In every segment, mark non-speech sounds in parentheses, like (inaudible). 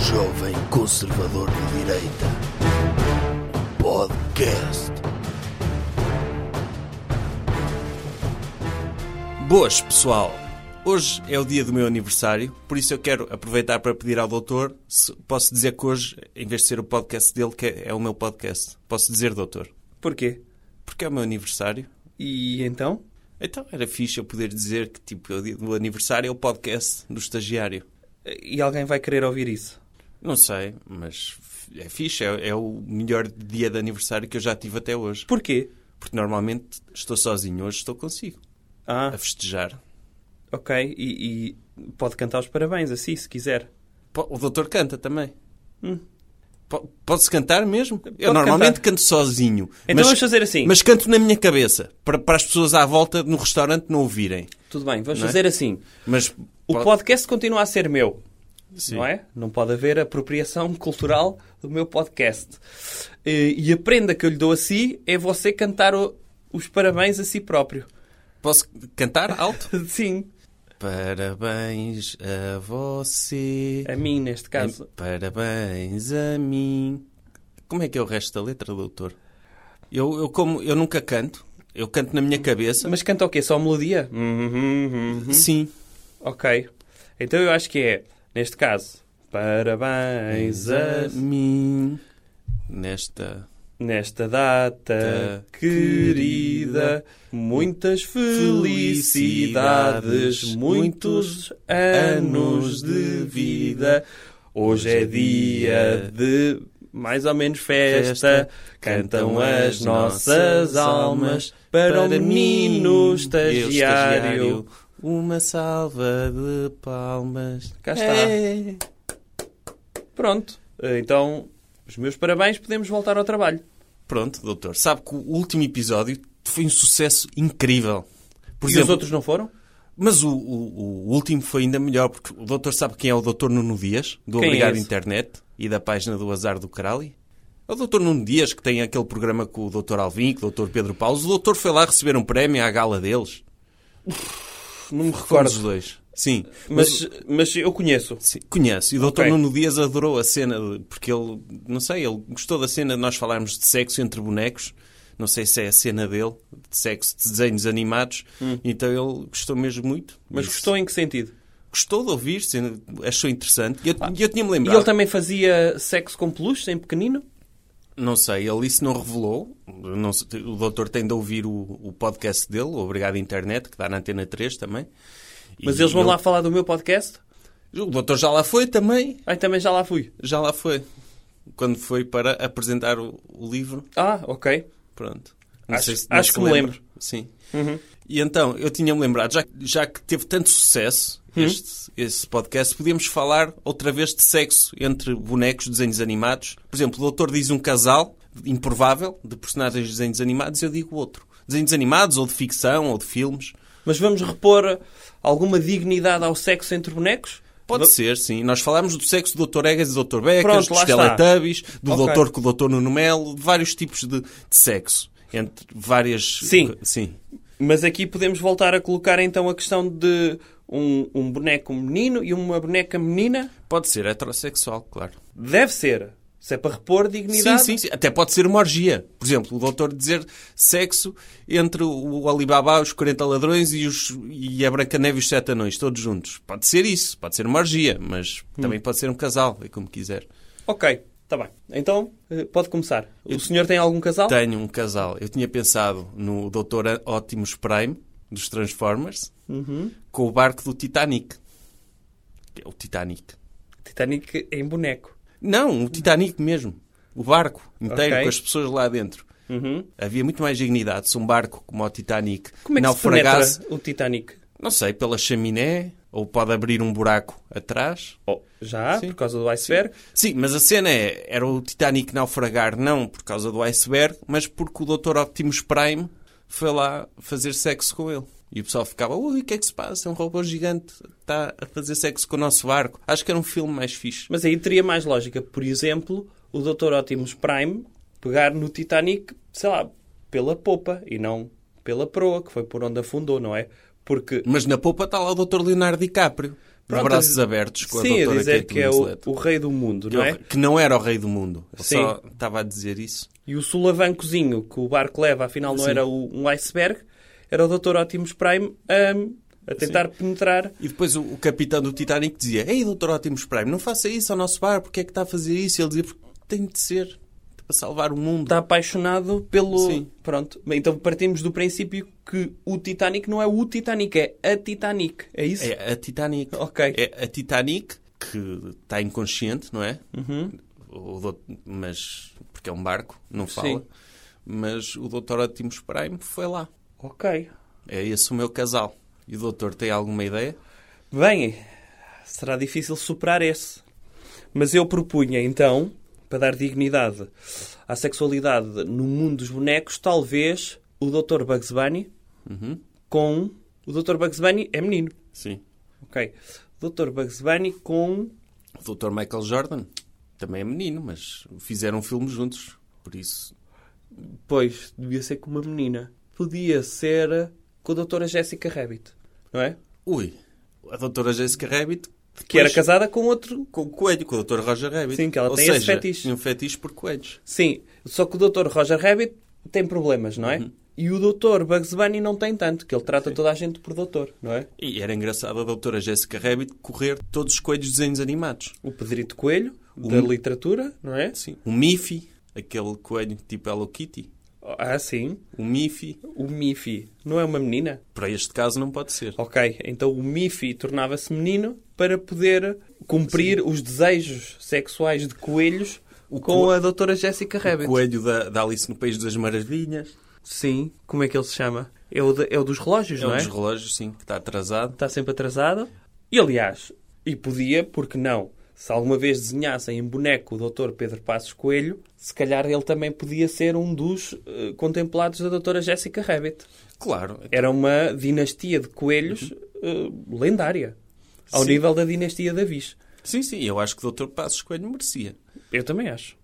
Jovem Conservador de Direita. Podcast. Boas, pessoal! Hoje é o dia do meu aniversário, por isso eu quero aproveitar para pedir ao doutor se posso dizer que hoje, em vez de ser o podcast dele, que é o meu podcast. Posso dizer, doutor? Porquê? Porque é o meu aniversário. E então? Então era fixe eu poder dizer que tipo, é o dia do aniversário é o podcast do estagiário. E alguém vai querer ouvir isso? Não sei, mas é fixe. É, é o melhor dia de aniversário que eu já tive até hoje. Porquê? Porque normalmente estou sozinho, hoje estou consigo. Ah, A festejar. ok. E, e pode cantar os parabéns assim, se quiser. Po- O doutor canta também. Hum. Po- Pode-se cantar mesmo? eu Pode normalmente cantar. canto sozinho. Então mas, vamos fazer assim. Mas canto na minha cabeça, para, para as pessoas à volta no restaurante não ouvirem. Tudo bem, vamos Não é? fazer assim. Mas O pode- podcast continua a ser meu, sim. não é? Não pode haver apropriação cultural do meu podcast. Eh, E a prenda que eu lhe dou a si é você cantar o- os parabéns a si próprio. (laughs) Posso cantar alto? (laughs) Sim, Parabéns a você. a mim neste caso. Parabéns a mim. Como é que é o resto da letra, doutor? Eu, eu como eu nunca canto, eu canto na minha cabeça. Mas canta o quê? Só a melodia? Uhum, Uhum. Sim. Ok. Então eu acho que é, neste caso, parabéns a A mim. Nesta. Nesta data Ta- querida, muitas felicidades, muitos anos de vida. Hoje é dia de mais ou menos festa. Cantam as nossas almas para o menino estagiário. Uma salva de palmas. Cá está. É. Pronto, então os meus parabéns, podemos voltar ao trabalho. Pronto, doutor. Sabe que o último episódio foi um sucesso incrível. Por e os exemplo, outros não foram? Mas o, o- o último foi ainda melhor, porque o doutor sabe quem é o doutor Nuno Dias, do Quem é Obrigado esse? Internet e da página do Azar do Crali? É o doutor Nuno Dias, que tem aquele programa com o doutor Alvim, com o doutor Pedro Paulo. O doutor foi lá receber um prémio à gala deles. Não me Recordo os dois. Sim. Mas, Mas, mas eu conheço. sim, conhece. E o doutor Ok. Nuno Dias adorou a cena, de- porque ele, não sei, ele gostou da cena de nós falarmos de sexo entre bonecos. Não sei se é a cena dele, de sexo, de desenhos animados. Então ele gostou mesmo muito. Hum. Mas E- gostou em que sentido? gostou de ouvir, sendo- achou interessante. E eu, e eu tinha-me E lembrado. ele também fazia sexo com peluche em pequenino? Não sei, ele isso não revelou. Não se- o doutor tem de ouvir o, o podcast dele, o Obrigado Internet, que dá na Antena 3 também. E Mas eles vão ele- lá falar do meu podcast? O doutor já lá foi também. Ai, também já lá fui. Já lá foi. Quando foi para apresentar o, o livro. Ah, ok. Pronto. Não Acho- sei se- acho se que me lembra. lembro. Uhum. Sim. E então, eu tinha-me lembrado, já, que- já que teve tanto sucesso Uhum. este, este podcast, podíamos falar outra vez de sexo entre bonecos, desenhos animados. Por exemplo, o doutor diz um casal improvável de personagens de desenhos animados, eu digo outro. Desenhos animados, ou de ficção, ou de filmes. Mas vamos repor alguma dignidade ao sexo entre bonecos? Pode Va- ser, sim. Nós falámos do sexo do Dr. Egas e do Dr. Becas, Pronto, dos lá está. Teletubbies, do Ok. doutor com o Dr. Nuno Melo, de vários tipos de, de sexo. Entre várias... Sim. Sim. Mas aqui podemos voltar a colocar então a questão de um, um boneco menino e uma boneca menina? Pode ser heterossexual, claro. Deve ser. Se é para repor Sim, dignidade. sim, sim. Até pode ser uma orgia. Por exemplo, o doutor dizer sexo entre o Alibaba, os 40 ladrões e, os, e a Branca Neve e os Sete Anões, todos juntos. Pode ser isso. Pode ser uma orgia, mas Hum. também pode ser um casal, é como quiser. Ok, está bem. Então, eh, pode começar. O senhor tem algum casal? Tenho um casal. Eu tinha pensado no doutor Optimus Prime, dos Transformers, Uhum. com o barco do Titanic. Que É o Titanic. Titanic em boneco. Não, o Titanic mesmo. O barco inteiro, Ok. com as pessoas lá dentro. Uhum. Havia muito mais dignidade se um barco como o Titanic Como é que naufragasse, se penetra o Titanic? não sei, pela chaminé, ou pode abrir um buraco atrás. Já, Sim. por causa do iceberg. Sim, mas a cena é, era o Titanic naufragar não por causa do iceberg, mas porque o Dr. Optimus Prime foi lá fazer sexo com ele. E o pessoal ficava, ui, o que é que se passa? É um robô gigante, está a fazer sexo com o nosso barco. Acho que era um filme mais fixe. Mas aí teria mais lógica, por exemplo, o Dr. Optimus Prime pegar no Titanic, sei lá, pela popa e não pela proa, que foi por onde afundou, não é? Porque, Mas na polpa está lá o Dr. Leonardo DiCaprio. Os Pronto, braços a- abertos com a Sim, a doutora dizer Kate que é o, Winslet. o rei do mundo, Que não não- é? Que não era o rei do mundo. Ele Sim. só estava a dizer isso. E o sulavancozinho que o barco leva, afinal não Sim. era o- um iceberg, era o Dr. Optimus Prime hum, a tentar penetrar. E depois o, o capitão do Titanic dizia: Ei, doutor Optimus Prime, não faça isso ao nosso bar, porque é que está a fazer isso? E ele dizia: Porque tem de ser para salvar o mundo. Está tá apaixonado pelo. Sim. Pronto. Bem, Então partimos do princípio que o Titanic não é o Titanic, é a Titanic. É isso? É a Titanic. Ok. É a Titanic que está inconsciente, não é? Uhum. O dout- mas porque é um barco, não fala. Sim. Mas o doutor Optimus Prime foi lá. Ok. É esse o meu casal. E o doutor tem alguma ideia? Bem, será difícil superar esse. Mas eu propunha então, para dar dignidade à sexualidade no mundo dos bonecos, talvez o Dr. Bugs Bunny Uhum. com. O Dr. Bugs Bunny é menino. Sim. Ok. Dr. Bugs Bunny com. O doutor Michael Jordan também é menino, mas fizeram um filme juntos. Por isso, Pois, devia ser com uma menina. Podia ser com a Doutora Jessica Rabbit, não é? ui, a doutora Jessica Rabbit... Que era depois- casada com outro. Com o coelho, com o doutor Roger Rabbit. Sim, que ela Ou tem esse seja, fetiche. tinha um fetiche por coelhos. Sim, só que o Dr. Roger Rabbit tem problemas, não é? E o Dr. Bugs Bunny não tem tanto, que ele trata toda a gente por doutor, não é? E era engraçado a doutora Jessica Rabbit correr todos os coelhos de desenhos animados. O Pedrito Coelho, da literatura, não é? Sim. O Miffy, aquele coelho tipo Hello Kitty. Ah, sim. O Miffy, O Miffy não é uma menina? para este caso, não pode ser. Ok, então o Miffy tornava-se menino para poder cumprir os desejos sexuais de coelhos com coe- a doutora Jessica Rabbit. Coelho da, da Alice no País das Maravilhas. Sim, como é que ele se chama? É o, de- é o dos relógios, É não um é? dos relógios, sim, que está atrasado. Está sempre atrasado. E aliás, e podia, porque não? Se alguma vez desenhassem em boneco o Dr. Pedro Passos Coelho, se calhar ele também podia ser um dos eh, contemplados da doutora Jessica Rabbit. Claro, Era uma dinastia de coelhos eh, lendária. Ao Sim. nível da dinastia da Viz. Sim, sim, eu acho que o Dr. Passos Coelho merecia. Eu também acho.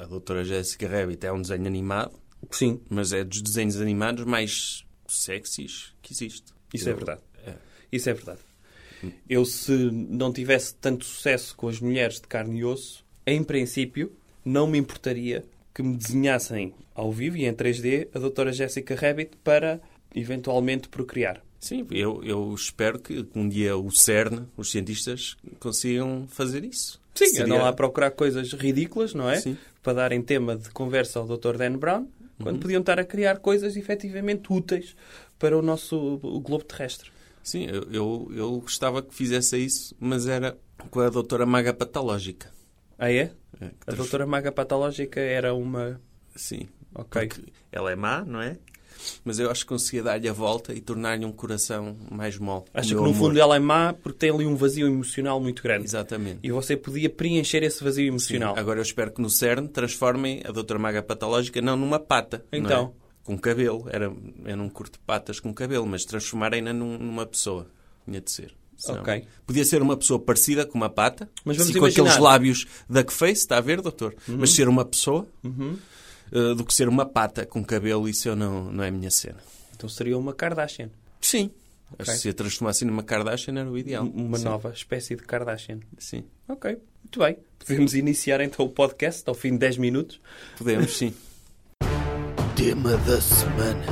A Doutora Jessica Rabbit é um desenho animado, Sim, mas é dos desenhos animados mais sexys que existe. isso é Eu- verdade. É. Isso é verdade. Eu, se não tivesse tanto sucesso com as mulheres de carne e osso, em princípio, não me importaria que me desenhassem ao vivo e em 3D a doutora Jessica Rabbit para eventualmente procriar. Sim, eu, eu espero que um dia o CERN, os cientistas, consigam fazer isso. Sim, Seria- andam lá a procurar coisas ridículas, não é? Sim. Para darem tema de conversa ao Dr. Dan Brown, quando podiam estar a criar coisas efetivamente úteis para o nosso o globo terrestre. Sim, eu, eu, eu gostava que fizesse isso, mas era com a Doutora Maga Patológica. Ah, é? É, que A trans- doutora Maga Patológica era uma... Sim, Ok. porque ela é má, não é? Mas eu acho que conseguia dar-lhe a volta e tornar-lhe um coração mais mole. Acha que Meu no amor. fundo ela é má porque tem ali um vazio emocional muito grande. Exatamente. E você podia preencher esse vazio emocional. Agora eu espero que no CERN transformem a Doutora Maga Patológica não numa pata. não Então. é? Com cabelo. Era, eu não curto patas com cabelo, mas transformarem-na num- numa pessoa. Tinha de ser. Senão- Ok. Podia ser uma pessoa parecida com uma pata. Mas vamos sim, com imaginar. Uhum. aqueles lábios duck face, está a ver, doutor? Mas ser uma pessoa eh, do que ser uma pata com cabelo, isso eu não, não é a minha cena. Então seria uma Kardashian. Sim. Acho que se a transformassem numa Kardashian era o ideal. Uma sim. nova espécie de Kardashian. Sim. Ok, muito bem. Podemos iniciar então o podcast ao fim de 10 minutos. Podemos, (laughs) sim. Tema da semana.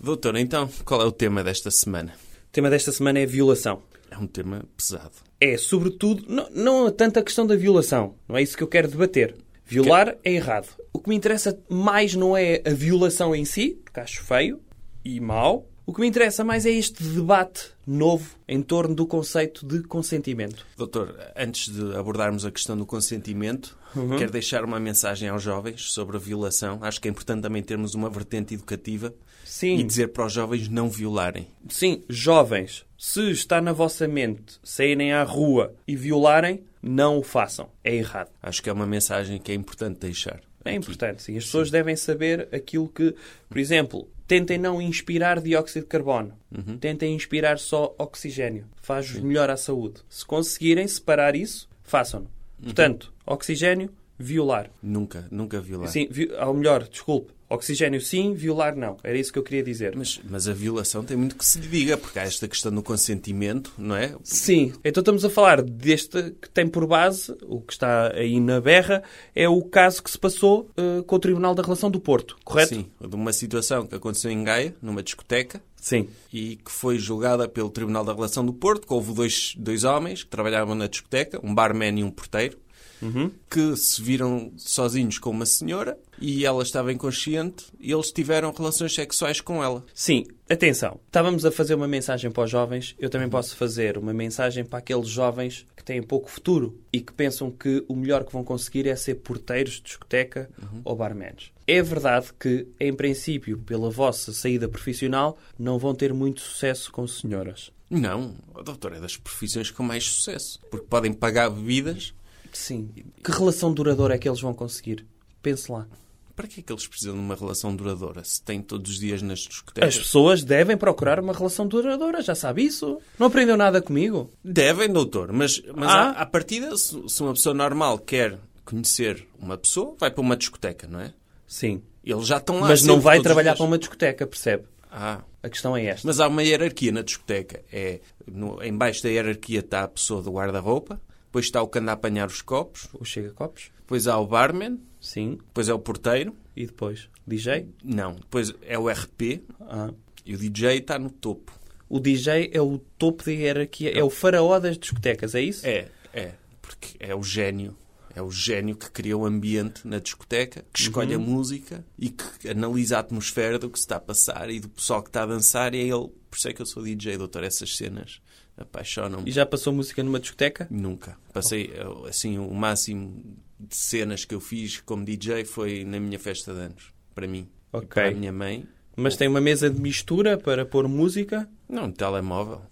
doutor, então, qual é o tema desta semana? O tema desta semana é violação. É um tema pesado. É, sobretudo, não, não é tanto a questão da violação. Não é isso que eu quero debater. Violar é errado. O que me interessa mais não é a violação em si, porque acho feio e mau. O que me interessa mais é este debate novo em torno do conceito de consentimento. Doutor, antes de abordarmos a questão do consentimento, Uhum. quero deixar uma mensagem aos jovens sobre a violação. Acho que é importante também termos uma vertente educativa Sim. e dizer para os jovens não violarem. Sim, jovens, se está na vossa mente saírem à rua e violarem, não o façam. É errado. Acho que é uma mensagem que é importante deixar. É importante, sim. As pessoas devem saber aquilo que, por exemplo, tentem não inspirar dióxido de carbono. Uhum. Tentem inspirar só oxigênio. Uhum. Faz-vos melhor à saúde. Se conseguirem separar isso, façam-no. Portanto, oxigênio, Violar. Nunca, nunca violar. Sim, vi... ou melhor, desculpe. Oxigênio sim, violar não. Era isso que eu queria dizer. Mas, mas a violação tem muito que se lhe diga, porque há esta questão do consentimento, não é? Sim. Então estamos a falar deste que tem por base, o que está aí na berra, é o caso que se passou eh, com o Tribunal da Relação do Porto, correto? Sim, de uma situação que aconteceu em Gaia, numa discoteca, Sim. e que foi julgada pelo Tribunal da Relação do Porto, que houve dois, dois homens que trabalhavam na discoteca, um barman e um porteiro, Uhum. que se viram sozinhos com uma senhora e ela estava inconsciente e eles tiveram relações sexuais com ela. Sim, atenção. Estávamos a fazer uma mensagem para os jovens. Eu também posso fazer uma mensagem para aqueles jovens que têm pouco futuro e que pensam que o melhor que vão conseguir é ser porteiros de discoteca Uhum. ou barmans. É verdade que, em princípio, pela vossa saída profissional, não vão ter muito sucesso com senhoras. Não, a doutora é das profissões com mais sucesso, porque podem pagar bebidas. Sim. Que relação duradoura é que eles vão conseguir? Pense lá. Para que é que eles precisam de uma relação duradoura se têm todos os dias nas As discotecas? pessoas devem procurar uma relação duradoura, já sabe isso? Não aprendeu nada comigo? Devem, doutor, mas, mas à, Ah. à partida, se, se uma pessoa normal quer conhecer uma pessoa, vai para uma discoteca, não é? Sim. Eles já estão lá. Mas não sempre, vai todos os trabalhar dias. para uma discoteca, percebe? Ah, A questão é esta. mas há uma hierarquia na discoteca. É, no, embaixo da hierarquia está a pessoa do guarda-roupa, depois está o que anda a apanhar os copos, O Chega Copos? depois há o barman, Sim. depois é o porteiro, E depois? DJ? não, depois é o RP Ah. e o DJ está no topo. O DJ é o topo da hierarquia, é o faraó das discotecas, é isso? É, é, porque é o gênio. É o gênio que cria o ambiente na discoteca, que escolhe Uhum. a música e que analisa a atmosfera do que se está a passar e do pessoal que está a dançar. E é ele, por isso é que eu sou DJ, doutor, essas cenas apaixonam-me. E já passou música numa discoteca? Nunca. Passei, eu, assim, o máximo de cenas que eu fiz como DJ foi na minha festa de anos. Para mim. E Ok. Para a minha mãe. Mas tem uma mesa de mistura para pôr música? Não, um telemóvel.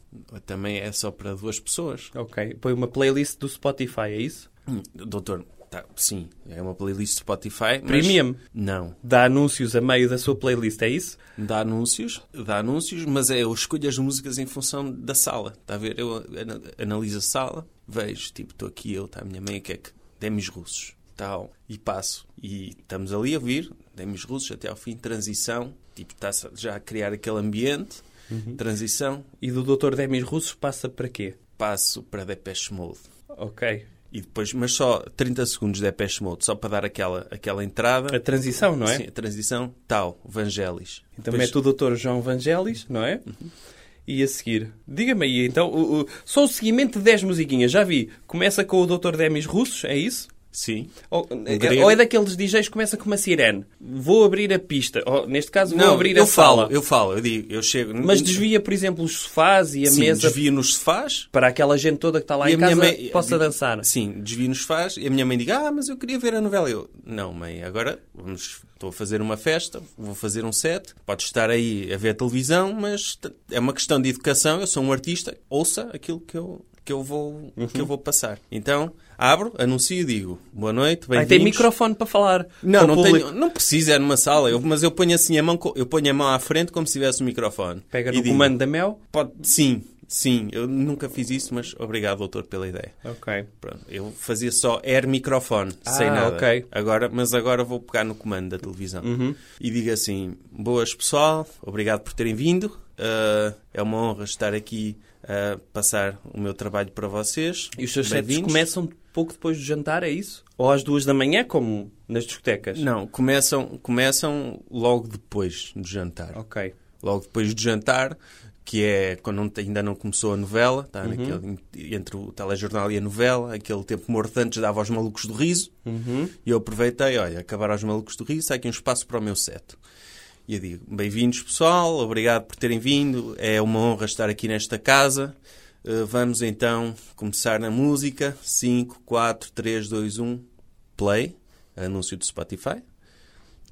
Também é só para duas pessoas. Ok. Põe uma playlist do Spotify, é isso? Hum, Doutor, tá, sim, é uma playlist Spotify. mas- Premium? Não. Dá anúncios a meio da sua playlist, é isso? Dá anúncios, dá anúncios, mas é, eu escolho as músicas em função da sala. Está a ver? Eu ana- analiso a sala, vejo, tipo, estou aqui eu, está a minha mãe, o que é que? Demis russos, tal, e passo. E estamos ali a ouvir, Demis russos até ao fim, transição, tipo, está já a criar aquele ambiente, Uhum. transição, E do Dr. Demis Russos passa para quê? passo para Depeche Mode. Ok. E depois, mas só 30 segundos de Depeche Mode, só para dar aquela, aquela A entrada. transição, não é? Sim, a transição, tal, Vangelis. Então Depois- mete o Dr. João Vangelis, não é? E a seguir. Diga-me aí, então, o- o- só o seguimento de 10 musiquinhas, já vi. Começa com o Dr. Demis Russos, é isso? Sim. Ou, grego. ou é daqueles DJs que começa com uma sirene. Vou abrir a pista. Ou, neste caso, vou abrir eu a sala. falo, eu falo, eu digo, eu chego. Mas desvia, por exemplo, os sofás e a Sim, mesa desvia nos sofás. para aquela gente toda que está lá e em casa mãe- possa dançar. Sim, desvia nos sofás. E a minha mãe diga, ah, mas eu queria ver a novela. Eu, não, mãe, agora vamos, estou a fazer uma festa, vou fazer um set. Podes estar aí a ver televisão, mas t- é uma questão de educação. Eu sou um artista, ouça aquilo que eu... Que eu, vou, que Uhum. eu vou passar. Então, abro, anuncio e digo boa noite, Aí bem-vindos. tem microfone para falar. Não, ao não, público. tenho, não precisa, é numa sala. Eu- mas eu ponho assim a mão, co- eu ponho a mão à frente como se tivesse um microfone. Pega E no digo, comando da Mel. pode- sim, sim. Eu nunca fiz isso, mas obrigado, doutor, pela ideia. Ok. Pronto, eu fazia só air microfone, Ah, sem nada. ok. Uhum. Agora, mas agora vou pegar no comando da televisão. E digo assim, boas pessoal, obrigado por terem vindo. Ah, é uma honra estar aqui a passar o meu trabalho para vocês. E os seus sets Bem-vindos. começam pouco depois do jantar, é isso? Ou às duas da manhã, como nas discotecas? Não, começam, começam logo depois do jantar. Ok. logo depois do jantar, que é quando não- ainda não começou a novela, está naquele, entre o telejornal e a novela, aquele tempo morto antes dava aos malucos do riso, e eu aproveitei, olha, acabaram os malucos do riso, há aqui um espaço para o meu set. E eu digo, bem-vindos pessoal, obrigado por terem vindo, é uma honra estar aqui nesta casa. Eh, Vamos então começar na música. 5, 4, 3, 2, 1, play. Anúncio do Spotify.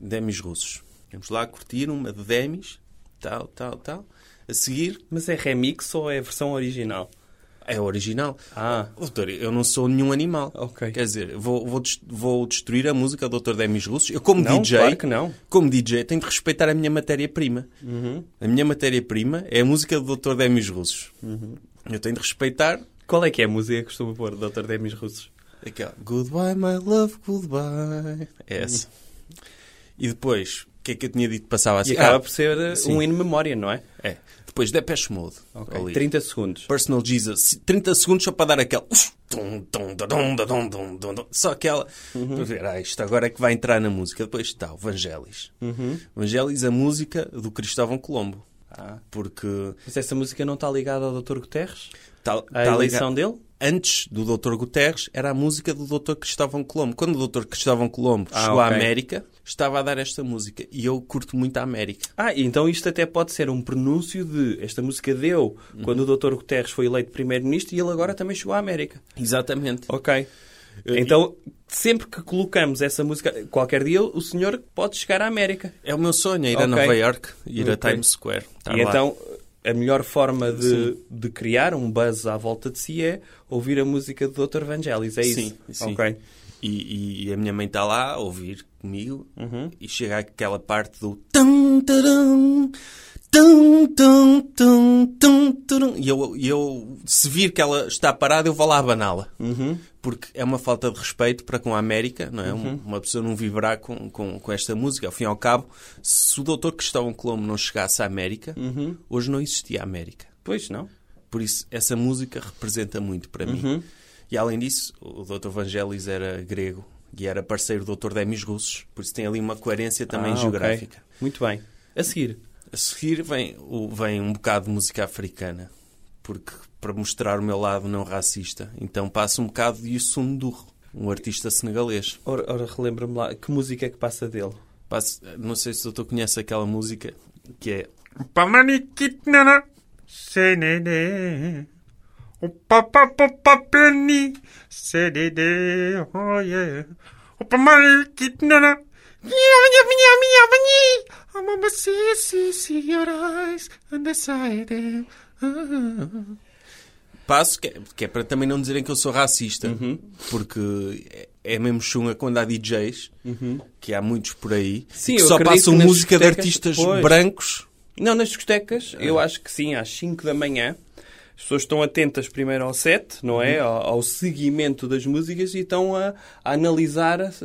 Demis russos. Vamos lá curtir uma de Demis, tal, tal, tal. A seguir Mas é remix ou é a versão original? é a original. Ah. Doutor, eu não sou nenhum animal. Ok. Quer dizer, vou, vou, des- vou destruir a música do Dr. Demis Russos. Eu, como Não, DJ, claro que não. Uhum. como DJ, tenho de respeitar a minha matéria-prima. A minha matéria-prima é a música do Dr. Uhum. Demis Russos. Eu tenho de respeitar Qual é que é a música que costuma pôr, Dr. Demis Russos? Aquela, goodbye, my love, goodbye. Uhum. É essa. E depois, o que é que eu tinha dito que passava assim? E acaba Ah, por ser uh, sim. um in memória, não é? É. Depois, Depeche Mode. ali. 30 segundos. Personal Jesus. 30 segundos só para dar aquela... uf, tum, tum, dadum, dadum, dum, dum, dum. Só aquela... Uhum. Para ver, ah, isto agora é que vai entrar na música. Depois está o Vangelis. Uhum. Vangelis, a música do Cristóvão Colombo. Ah. Porque Mas essa música não está ligada ao Dr. Guterres? Tal, A tal eleição Tá liga- dele? Antes do Dr. Guterres, era a música do Dr. Cristóvão Colombo. Quando o Dr. Cristóvão Colombo Ah, chegou à ok. América, estava a dar esta música. E eu curto muito a América. Ah, então isto até pode ser um prenúncio de esta música deu Uhum. quando o Dr. Guterres foi eleito primeiro-ministro e ele agora também chegou à América. Exatamente. Ok. Então, sempre que colocamos essa música, qualquer dia o senhor pode chegar à América. É o meu sonho, é ir a Ok. Nova York, ir a Ok. Times Square. estar e Tá lá. então, a melhor forma de, de criar um buzz à volta de si é ouvir a música do Dr. Vangelis, é isso? Sim, sim. Ok. E, e- e a minha mãe está lá a ouvir comigo e chega àquela parte do tum, tarum, tum, tum, tum, tum, tarum. e eu, e eu, se vir que ela está parada, eu vou lá abaná-la. Porque é uma falta de respeito para com a América, não é? Um- Uma pessoa não viverá com, com, com esta música. Ao fim e ao cabo, se o doutor Cristóvão Colombo não chegasse à América, hoje não existia a América. Pois não. Por isso, essa música representa muito para Uhum. mim. E além disso, o Dr. Vangelis era grego e era parceiro do Dr. Demis Roussos, por isso tem ali uma coerência também Ah, ok. geográfica. Muito bem. A seguir. A seguir vem, o- vem um bocado de música africana, porque para mostrar o meu lado não racista, então passa um bocado de Youssou N'Dour, um artista senegalês. Ora, ora relembra-me lá, que música é que passa dele? Passa- não sei se o doutor conhece aquela música que é Pamanikitnana senene. O papa papa penny senene. Oh yeah. O pamanikitnana. Minha minha minha minha. A mama see see see your eyes and the side. passo, que é, que é para também não dizerem que eu sou racista, Uhum. porque é, é mesmo chunga quando há DJs, que há muitos por aí, Uhum. Sim, que eu só acredito passam que nas música de discotecas, artistas pois. brancos. Não, nas discotecas, eu Ah. acho que sim, às 5 da manhã. As pessoas estão atentas primeiro ao set, não Uhum. é? Ao, ao seguimento das músicas e estão a, a analisar as,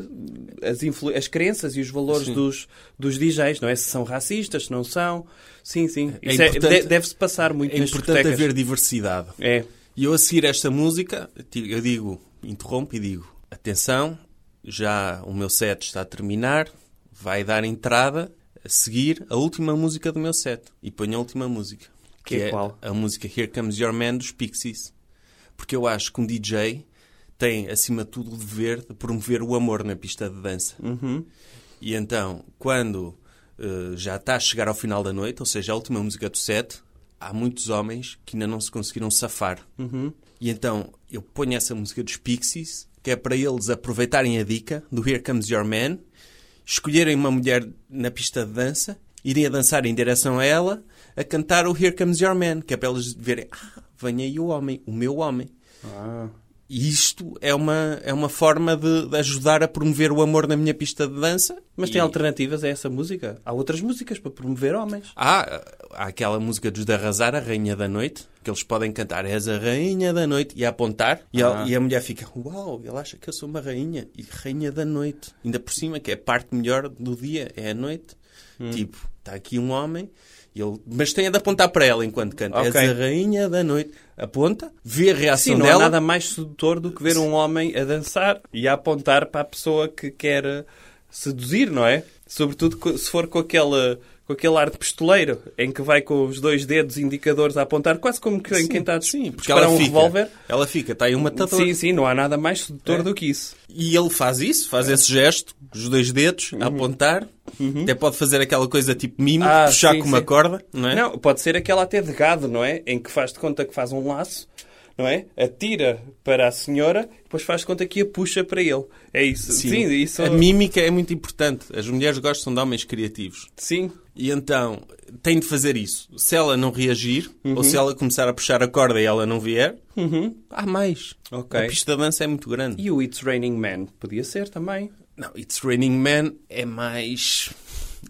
as influ- as crenças e os valores dos, dos DJs, não é? Se são racistas, se não são. Sim, sim. É Isso é- importante- de- deve-se passar muito É nas importante discotecas. haver diversidade. É. E eu a seguir esta música, ti- eu digo, interrompo e digo, atenção, já o meu set está a terminar, vai dar entrada a seguir a última música do meu set. E ponho a última música. Que é qual? A música Here Comes Your Man dos Pixies. Porque eu acho que um DJ tem, acima de tudo, o dever de promover o amor na pista de dança. Uhum. E então, quando eh, já está a chegar ao final da noite, ou seja, a última música do set, há muitos homens que ainda não se conseguiram safar. E então eu ponho essa música dos Pixies, que é para eles aproveitarem a dica do Here Comes Your Man, escolherem uma mulher na pista de dança, irem a dançar em direção a ela, a cantar o Here Comes Your Man, que é para eles verem, ah, vem aí o homem, o meu homem. E isto é uma, é uma forma de, de ajudar a promover o amor na minha pista de dança. Mas E- tem alternativas a essa música? Há outras músicas para promover homens. Há, há Ah, aquela música dos de arrasar, a rainha da noite, que eles podem cantar, és a rainha da noite, e a apontar, e, a, Ah. e a mulher fica, uau, ele acha que eu sou uma rainha, e rainha da noite, ainda por cima, que é a parte melhor do dia, é a noite. Hum. Tipo, está aqui um homem, e ele, mas tem a de apontar para ela enquanto canta, Ok. és a rainha da noite, aponta, vê a reação Sim, não dela, há nada mais sedutor do que ver um homem a dançar e a apontar para a pessoa que quer eh, seduzir, não é? Sobretudo co- se for com aquele, com aquele ar de pistoleiro, em que vai com os dois dedos indicadores a apontar, quase como que- quem está a dis- sim, porque disparar ela um fica, revólver. ela fica, está aí uma matador. Sim, sim, não há nada mais sedutor É. do que isso. E ele faz isso, faz É. esse gesto, com os dois dedos, Uhum. a apontar. Até pode fazer aquela coisa tipo mimo, Ah, puxar sim, com uma sim. corda, não é? Não, pode ser aquela até de gado, não é? Em que faz de conta que faz um laço, não é? Atira para a senhora, depois faz de conta que a puxa para ele. É isso. Sim, isso. Tipo, A mímica é muito importante. As mulheres gostam de homens criativos. Sim, E então tem de fazer isso. Se ela não reagir, Uhum. ou se ela começar a puxar a corda e ela não vier, há mais. Ok. A pista de dança é muito grande. E o It's Raining Man podia ser também. Não, It's Raining Man é mais.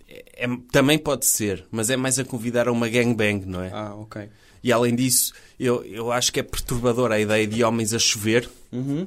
é- é- também pode ser, mas é mais a convidar a uma gangbang, não é? Ah, ok. E além disso, eu, eu acho que é perturbadora a ideia de homens a chover.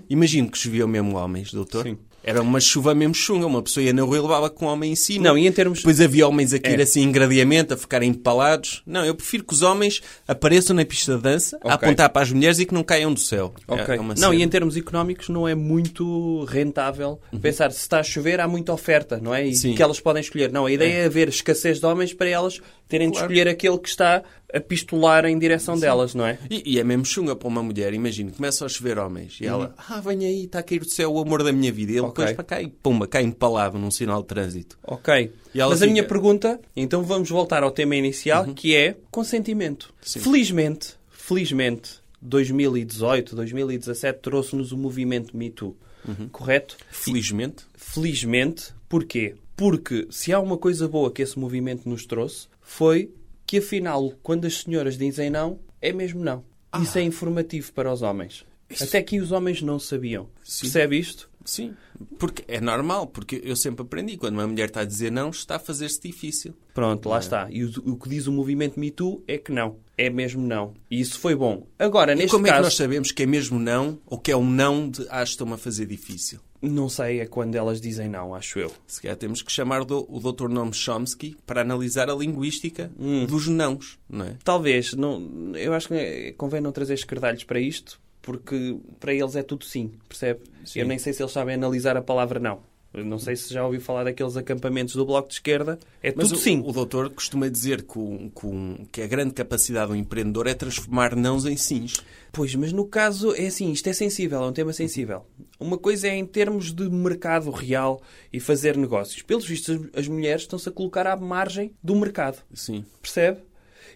Imagino que choviam mesmo homens, doutor. Uhum. Sim. Era uma chuva mesmo chunga, uma pessoa ia na rua e levava com um homem em cima. Não, e em termos- Depois havia homens a cair É. assim em gradeamento, a ficarem empalados. Não, eu prefiro que os homens apareçam na pista de dança, Ok. a apontar para as mulheres e que não caiam do céu. Ok. é, uma não, cena. Uhum. e em termos económicos não é muito rentável pensar se está a chover há muita oferta, não é? E Sim. que elas podem escolher. Não, a ideia é, haver escassez de homens para elas terem de escolher aquele que está a pistolar em direção delas, não é? E, e é mesmo chunga para uma mulher, imagina, começa a chover homens e ela, ah, vem aí, está a cair do céu o amor da minha vida. E ele Uhum. Ok. depois para cá e pumba, cai empalado num sinal de trânsito. Ok. E Uhum. ela Mas a fica- minha pergunta, então vamos voltar ao tema inicial, que é consentimento. Felizmente, felizmente, 2018, 2017 trouxe-nos o movimento Me Too, Uhum. correto? Felizmente. Felizmente, porquê? Porque se há uma coisa boa que esse movimento nos trouxe foi que afinal, quando as senhoras dizem não, é mesmo não. Ah. Isso é informativo para os homens. Até que os homens não sabiam. Percebe isto? Sim, porque é normal, porque eu sempre aprendi, quando uma mulher está a dizer não, está a fazer-se difícil. Pronto, lá está. E o, o que diz o movimento Me Too é que não. É mesmo não. E isso foi bom. Agora, E neste como é que nós caso, sabemos que é mesmo não ou que é um não de ah, estou-me a fazer difícil? não sei é quando elas dizem não, acho eu. Se calhar temos que chamar do- o Dr. Noam Chomsky para analisar a linguística dos nãos, não é? Talvez, não, eu acho que eh, convém não trazer escardalhos para isto, porque para eles é tudo sim, percebe? Eu nem sei se eles sabem analisar a palavra não. Eu não sei se já ouviu falar daqueles acampamentos do Bloco de Esquerda. É Mas tudo o, sim. o doutor costuma dizer que, o- que o- que a grande capacidade do empreendedor é transformar nãos em sims. Pois, mas no caso, é assim, isto é sensível, é um tema sensível. Uma coisa é em termos de mercado real e fazer negócios. Pelos vistos, as- as mulheres estão-se a colocar à margem do mercado. Sim. Percebe?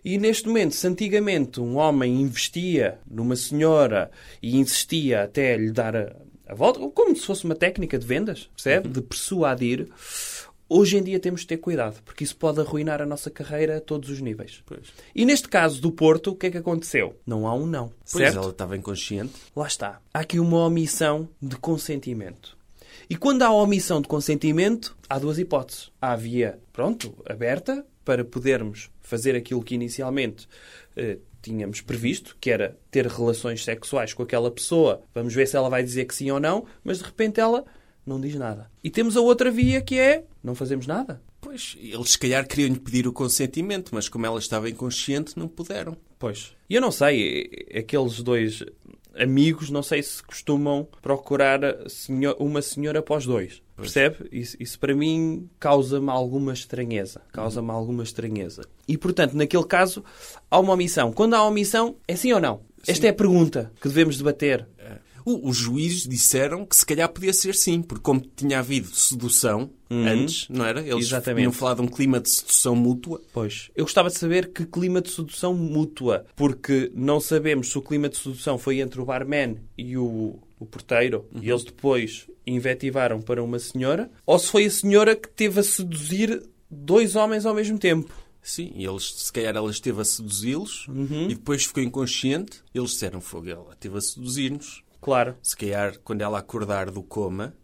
E neste momento, se antigamente um homem investia numa senhora e insistia até lhe dar a, a volta, como se fosse uma técnica de vendas, percebe? Uhum. De persuadir. Hoje em dia temos de ter cuidado, porque isso pode arruinar a nossa carreira a todos os níveis. Pois. E neste caso do Porto, o que é que aconteceu? Não há um não, Pois certo? ela estava inconsciente. Lá está. Há aqui uma omissão de consentimento. E quando há omissão de consentimento, há duas hipóteses. Há a via, pronto, aberta, para podermos fazer aquilo que inicialmente eh, tínhamos previsto, que era ter relações sexuais com aquela pessoa. Vamos ver se ela vai dizer que sim ou não, mas de repente ela não diz nada. E temos a outra via que é não fazemos nada. Pois, eles se calhar queriam-lhe pedir o consentimento, mas como ela estava inconsciente, não puderam. Pois. E eu não sei, eh, aqueles dois amigos, não sei se costumam procurar a senho- uma senhora após dois. Percebe? Isso, isso para mim causa-me alguma estranheza. Causa-me alguma estranheza. E portanto, naquele caso, há uma omissão. Quando há omissão, é sim ou não? Esta é a pergunta que devemos debater. O- os juízes disseram que se calhar podia ser sim, porque como tinha havido sedução antes, não era? Eles Exatamente. tinham falado de um clima de sedução mútua. Pois. Eu gostava de saber que clima de sedução mútua, porque não sabemos se o clima de sedução foi entre o barman e o, o porteiro, e eles depois invetivaram para uma senhora, ou se foi a senhora que teve a seduzir dois homens ao mesmo tempo. Sim, e eles, se calhar ela esteve a seduzi-los e depois ficou inconsciente. Eles disseram, fogo, ela esteve a seduzir-nos. Claro. Se calhar, quando ela acordar do coma,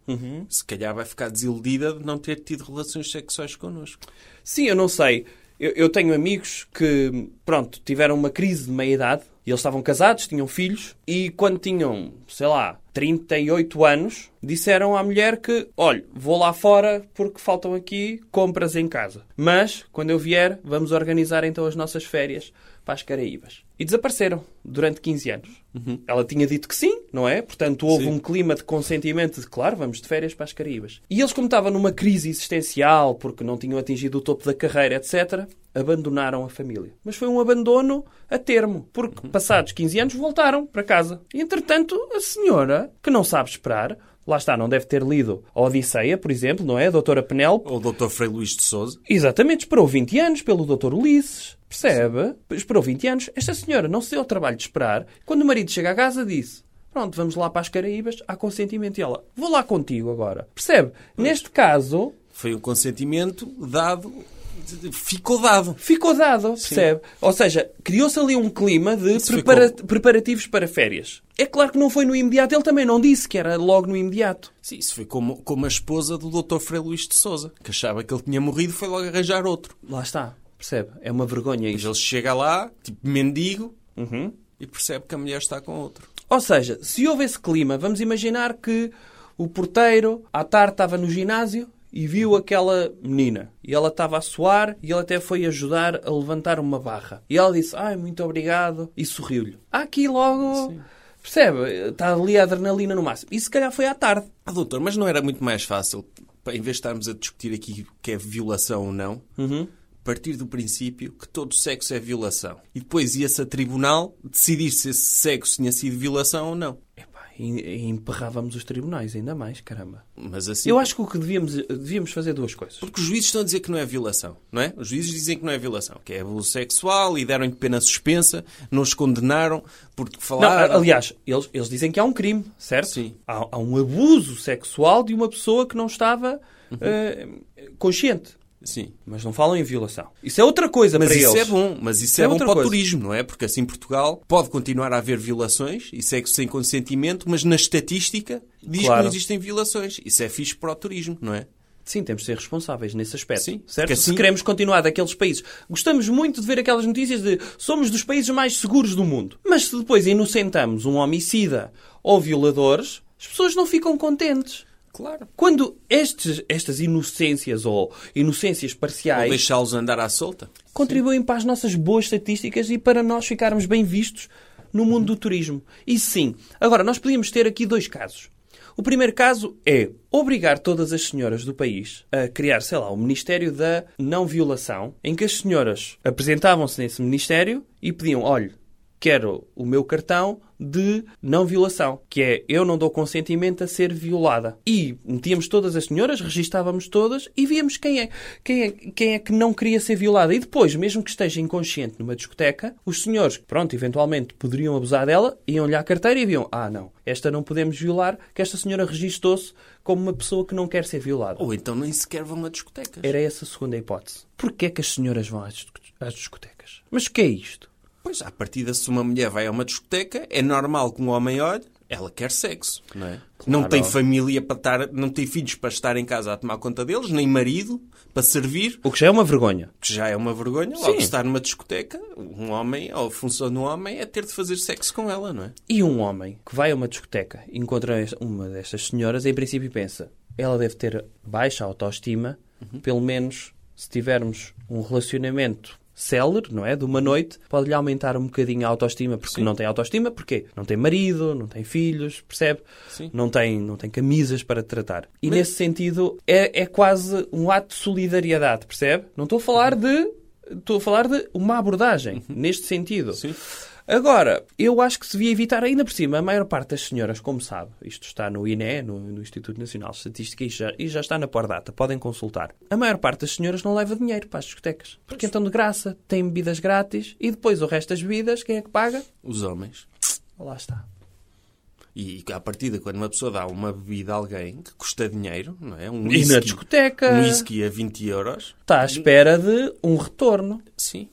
se calhar vai ficar desiludida de não ter tido relações sexuais connosco. Sim, eu não sei. Eu, eu tenho amigos que, pronto, tiveram uma crise de meia-idade e eles estavam casados, tinham filhos e quando tinham, sei lá, 38 anos, disseram à mulher que, olha, vou lá fora porque faltam aqui compras em casa. Mas, quando eu vier, vamos organizar então as nossas férias para as Caraíbas. E desapareceram durante 15 anos. Ela tinha dito que sim, não é? Portanto, houve um clima de consentimento de, claro, vamos de férias para as Caraíbas. E eles, como estavam numa crise existencial, porque não tinham atingido o topo da carreira, etc., abandonaram a família. Mas foi um abandono a termo, porque passados 15 anos voltaram para casa. E, entretanto, a senhora, que não sabe esperar, lá está, não deve ter lido a Odisseia, por exemplo, não é? A doutora Penélope, Ou o Dr. Frei Luís de Souza. Exatamente, esperou 20 anos pelo Dr. Ulisses, percebe? Esperou 20 anos. Esta senhora não se deu ao trabalho de esperar. Quando o marido chega à casa, disse: Pronto, vamos lá para as Caraíbas, há consentimento. E ela: Vou lá contigo agora. Percebe? Neste caso, Foi um consentimento dado, ficou dado. ficou dado, percebe? Ou seja, criou-se ali um clima de Isso prepara- preparativos para férias. É claro que não foi no imediato, ele também não disse que era logo no imediato. Sim, isso foi como, como a esposa do Dr. Frei Luís de Souza, que achava que ele tinha morrido e foi logo arranjar outro. Lá está, percebe? É uma vergonha Mas isto. ele chega lá, tipo mendigo, Uhum. e percebe que a mulher está com outro. Ou seja, se houve esse clima, vamos imaginar que o porteiro à tarde estava no ginásio e viu aquela menina. E ela estava a suar e ele até foi ajudar a levantar uma barra. E ela disse, ai, muito obrigado, e sorriu-lhe. Há Aqui logo, percebe, está ali a adrenalina no máximo. E se calhar foi à tarde. Ah, doutor, mas não era muito mais fácil, pá, em vez de estarmos a discutir aqui o que é violação ou não, partir do princípio que todo sexo é violação. E depois ia-se a tribunal decidir se esse sexo tinha sido violação ou não. Epá, e- e emperrávamos os tribunais ainda mais, caramba. Mas assim... Eu acho que o que devíamos, devíamos fazer é duas coisas. Porque os juízes estão a dizer que não é violação, não é? Os juízes dizem que não é violação, que é abuso sexual e deram-lhe pena suspensa, não os condenaram porque Não, falaram... aliás, eles, eles dizem que há um crime, certo? Sim. Há, há um abuso sexual de uma pessoa que não estava Uhum. eh, consciente. Sim. Mas não falam em violação. Isso é outra coisa Mas para isso eles. é bom, mas isso É é, bom outra para o coisa. turismo, não é? Porque assim Portugal pode continuar a haver violações e sexo sem consentimento, mas na estatística diz Claro. que não existem violações. Isso é fixe para o turismo, não é? Sim, temos de ser responsáveis nesse aspecto. Sim, certo? porque Se assim- queremos continuar daqueles países. Gostamos muito de ver aquelas notícias de somos dos países mais seguros do mundo. Mas se depois inocentamos um homicida ou violadores, as pessoas não ficam contentes. Claro. Quando estes, estas inocências ou inocências Ou parciais deixá-los andar à solta. contribuem para as nossas boas estatísticas e para nós ficarmos bem vistos no mundo do turismo. E sim, agora nós podíamos ter aqui dois casos. O primeiro caso é obrigar todas as senhoras do país a criar, sei lá, o Ministério da Não Violação, em que as senhoras apresentavam-se nesse ministério e pediam: olha, quero o meu cartão de não violação, que é eu não dou consentimento a ser violada. E metíamos todas as senhoras, registávamos todas e víamos quem é, quem é, quem é que não queria ser violada. E depois, mesmo que esteja inconsciente numa discoteca, os senhores, que, pronto, eventualmente poderiam abusar dela, iam-lhe à carteira e viam, ah não, esta não podemos violar, que esta senhora registou-se como uma pessoa que não quer ser violada. Ou então nem sequer vão a discotecas. Era essa a segunda hipótese. Porquê é que as senhoras vão às disco- às discotecas? Mas o que é isto? Pois, à partida, se uma mulher vai a uma discoteca, é normal que um homem olhe, ela quer sexo, não é? Não tem família para estar, não tem filhos para estar em casa a tomar conta deles, nem marido para servir, O que já é uma vergonha. que já é uma vergonha. Logo Sim. estar numa discoteca, um homem, ou a função de um homem é ter de fazer sexo com ela, não é? E um homem que vai a uma discoteca e encontra es- uma destas senhoras, em princípio pensa, ela deve ter baixa autoestima, pelo menos se tivermos um relacionamento célere, não é? De uma noite, pode-lhe aumentar um bocadinho a autoestima, porque não tem autoestima, porquê? Não tem marido, não tem filhos, percebe? Sim. Não, tem, não tem camisas para tratar. E nesse sentido é, é quase um ato de solidariedade, percebe? Não estou a falar de... Estou a falar de uma abordagem, neste sentido. Sim. Agora, eu acho que se devia evitar, ainda por cima, a maior parte das senhoras, como sabe, isto está no INE, no, no Instituto Nacional de Estatística, e já, e já está na Pordata, podem consultar. A maior parte das senhoras não leva dinheiro para as discotecas. Porque então de graça, têm bebidas grátis e depois o resto das bebidas, quem é que paga? Os homens. Lá está. E à partida, quando uma pessoa dá uma bebida a alguém que custa dinheiro, não é? Um E na discoteca Um whisky a 20 euros, está Tá à espera de um retorno. Sim.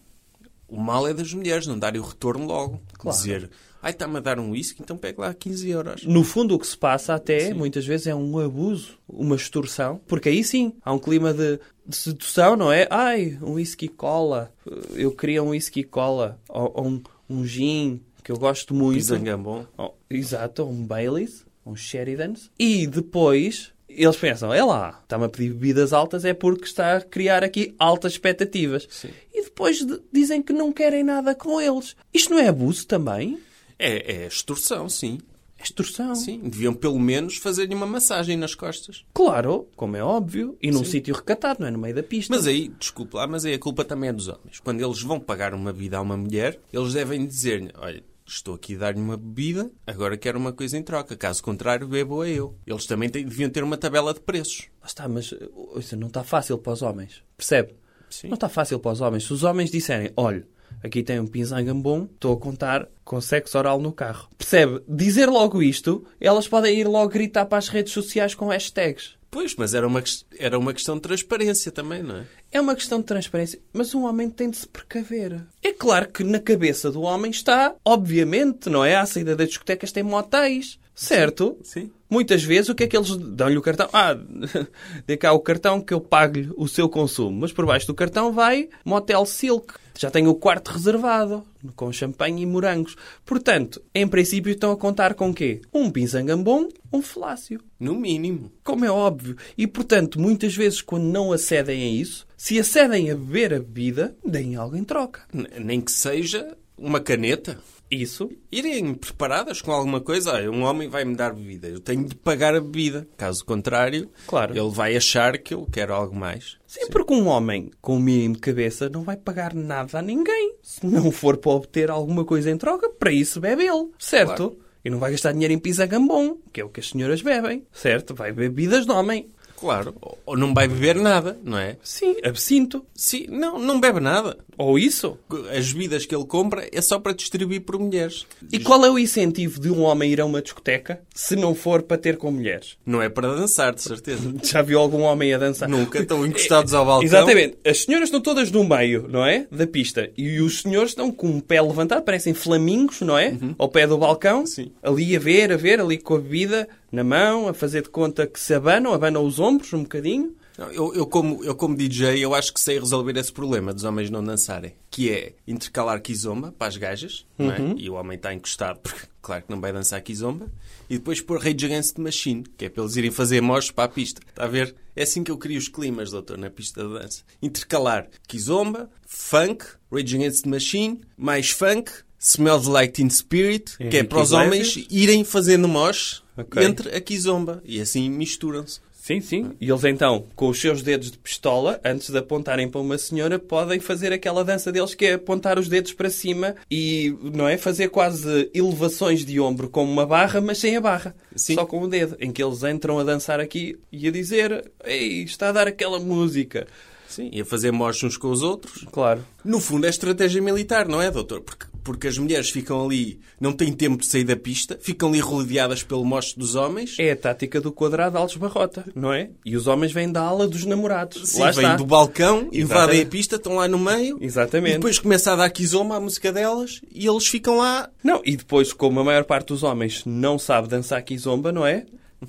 O mal é das mulheres, não darem o retorno logo. Dizer, ai, está-me a dar um whisky, então pega lá 15 euros. No fundo, o que se passa até, muitas vezes, é um abuso, uma extorsão, porque aí sim há um clima de, de sedução, não é? Ai, um whisky cola, eu queria um whisky cola, ou, ou um, um gin, que eu gosto muito. é Pisangambon. Oh, exato, um Baileys, um Sheridans. E depois eles pensam, é lá, está-me a pedir bebidas altas é porque está a criar aqui altas expectativas. E depois de- dizem que não querem nada com eles. Isto não é abuso também? É, é extorsão, sim. É extorsão. Sim, deviam pelo menos fazer-lhe uma massagem nas costas. Claro, como é óbvio. E num sítio recatado, não é no meio da pista. Mas aí, desculpe lá, mas aí a culpa também é dos homens. Quando eles vão pagar uma bebida a uma mulher, eles devem dizer-lhe, olha, estou aqui a dar-lhe uma bebida, agora quero uma coisa em troca. Caso contrário, bebo a eu. Eles também têm- deviam ter uma tabela de preços. Lá está, mas uh, ouça, não está fácil para os homens. Percebe? Sim. Não está fácil para os homens. Se os homens disserem, olha, aqui tem um pinzangambom, estou a contar com sexo oral no carro. Percebe? Dizer logo isto, elas podem ir logo gritar para as redes sociais com hashtags. Pois, mas era uma, ques- era uma questão de transparência também, não é? É uma questão de transparência, mas um homem tem de se precaver. É claro que na cabeça do homem está, obviamente, não é? À saída das discotecas tem motéis, certo? Sim. Muitas vezes o que é que eles dão-lhe o cartão? Ah, (laughs) dê cá o cartão que eu pago-lhe o seu consumo. Mas por baixo do cartão vai Motel Silk. Já tenho o quarto reservado, com champanhe e morangos. Portanto, em princípio estão a contar com quê? Um pinzangambom, um falácio. No mínimo. Como é óbvio. E, portanto, muitas vezes quando não acedem a isso, se acedem a beber a bebida, deem algo em troca. N- nem que seja uma caneta. Isso Irem preparadas com alguma coisa. Olha, um homem vai me dar bebida. Eu tenho de pagar a bebida. Caso contrário, Claro. ele vai achar que eu quero algo mais. Sempre que um homem com o mínimo de cabeça não vai pagar nada a ninguém. Se não for para obter alguma coisa em troca, para isso bebe ele, certo? E não vai gastar dinheiro em pisagambom, que é o que as senhoras bebem, certo? Vai beber bebidas de homem. Claro. Ou- Ou não vai beber nada, não é? Sim, absinto. Sim, não, não bebe nada. Ou isso. As bebidas que ele compra é só para distribuir por mulheres. E qual é o incentivo de um homem ir a uma discoteca se não for para ter com mulheres? Não é para dançar, de (laughs) certeza. Já viu algum homem a dançar? Nunca estão encostados ao balcão. É, Exatamente. As senhoras estão todas no meio, não é? Da pista. E os senhores estão com o pé levantado, parecem flamingos, não é? Ao pé do balcão. Uhum. Sim. Ali a ver, a ver, ali com a bebida na mão, a fazer de conta que se abanam, abanam os ombros um bocadinho. Não, Eu, eu como, eu, como DJ, eu acho que sei resolver esse problema dos homens não dançarem. Que é intercalar kizomba para as gajas, não é? Uhum. e o homem está encostado, (laughs) porque claro que não vai dançar kizomba, e depois pôr Rage Against the Machine, que é para eles irem fazer mostros para a pista. Está a ver? É assim que eu crio os climas, doutor, na pista de dança. Intercalar kizomba, funk, Rage Against the Machine, mais funk, Smells Like Teen Spirit, que é Henrique para os Iglesias. homens irem fazendo mosh Ok. entre a kizomba. E assim misturam-se. Sim, sim. E eles então, com os seus dedos de pistola, antes de apontarem para uma senhora, podem fazer aquela dança deles que é apontar os dedos para cima e, não é? Fazer quase elevações de ombro como uma barra, mas sem a barra. Sim. Só com o dedo. Em que eles entram a dançar aqui e a dizer: Ei, está a dar aquela música. Sim, e a fazer mosh uns com os outros. Claro. No fundo é estratégia militar, não é, doutor? Porque, porque as mulheres ficam ali, não têm tempo de sair da pista, ficam ali rodeadas pelo mosto dos homens. É a tática do quadrado altos barrota, não é? E os homens vêm da ala dos namorados. Sim, Lá vêm está. do balcão, invadem a Exatamente. pista, estão lá no meio. Exatamente. E depois começa a dar quizoma à música delas e eles ficam lá. Não, e depois, como a maior parte dos homens não sabe dançar kizomba, não é?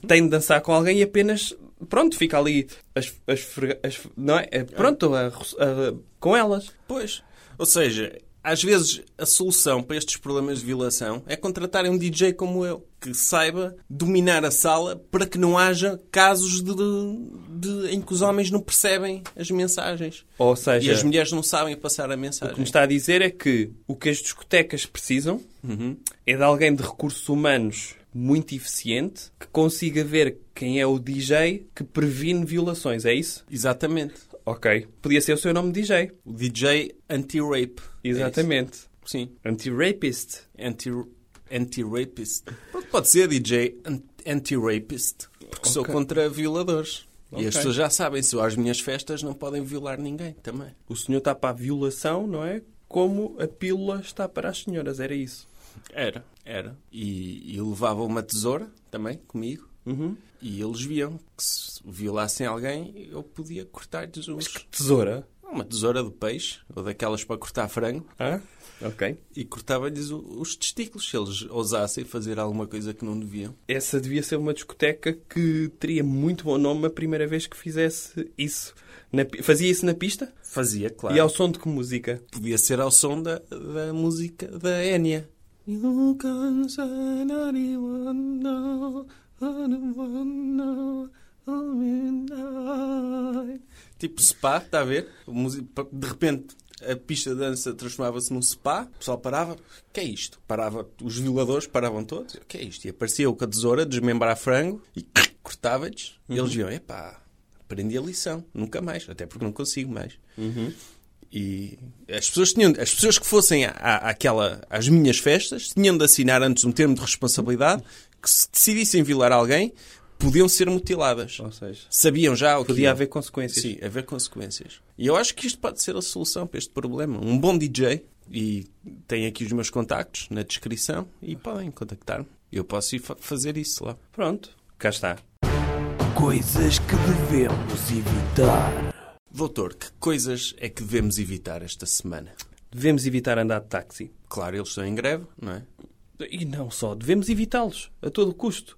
Tem de dançar com alguém e apenas, pronto, fica ali as, as, frega- as- não é? É, Pronto, a- a- com elas. Pois. Ou seja, às vezes a solução para estes problemas de violação é contratarem um DJ como eu, que saiba dominar a sala para que não haja casos de, de- em que os homens não percebem as mensagens. Ou E seja, as mulheres não sabem passar a É. o que me mensagem. está a dizer é que o que as discotecas precisam Uhum. é de alguém de recursos humanos muito eficiente que consiga ver quem é o DJ que previne violações, é isso? Exatamente. É Ok. Podia ser o seu nome DJ. O DJ anti-rape. É Exatamente. isso. Sim. Anti-rapist. Anti- Anti-rapist. Pronto, Pode ser DJ an- anti-rapist. Porque sou contra violadores. E Ok. as pessoas já sabem, se eu às minhas festas não podem violar ninguém também. O senhor está para a violação, não é? Como a pílula está para as senhoras, era isso. Era, era. E, e levava uma tesoura também comigo. Uhum. E eles viam que se violassem alguém, eu podia cortar-lhes os... Tesoura? Uma tesoura de peixe, ou daquelas para cortar frango. Hã? Ok. E cortava-lhes o- os testículos se eles ousassem fazer alguma coisa que não deviam. Essa devia ser uma discoteca que teria muito bom nome a primeira vez que fizesse isso. Na pi- Fazia isso na pista? Fazia, claro. E ao som de que música? Podia ser ao som da, da música da Enya. You can say that you want now, I don't want now, only night. Tipo spa, está a ver? Musi- pa- De repente a pista de dança transformava-se num spa, o pessoal parava, que é isto? Parava, os violadores paravam todos, que é isto? E aparecia eu com a tesoura, desmembrar frango e (laughs) cortava-lhes. Uhum. E eles iam, epá, aprendi a lição, nunca mais, até porque não consigo mais. Uhum. E as pessoas, tinham, as pessoas que fossem à, à- àquela, às minhas festas tinham de assinar antes um termo de responsabilidade que se decidissem violar alguém podiam ser mutiladas. Ou seja, Sabiam já o que Oh. podia iam. haver consequências. Sim, haver consequências. E eu acho que isto pode ser a solução para este problema. Um bom DJ, e tem aqui os meus contactos na descrição, e podem contactar-me. Eu posso ir fa- fazer isso lá. Pronto, cá está. Coisas que devemos evitar. Doutor, que coisas é que devemos evitar esta semana? Devemos evitar andar de táxi. Claro, eles estão em greve, não é? E não só, devemos evitá-los a todo custo.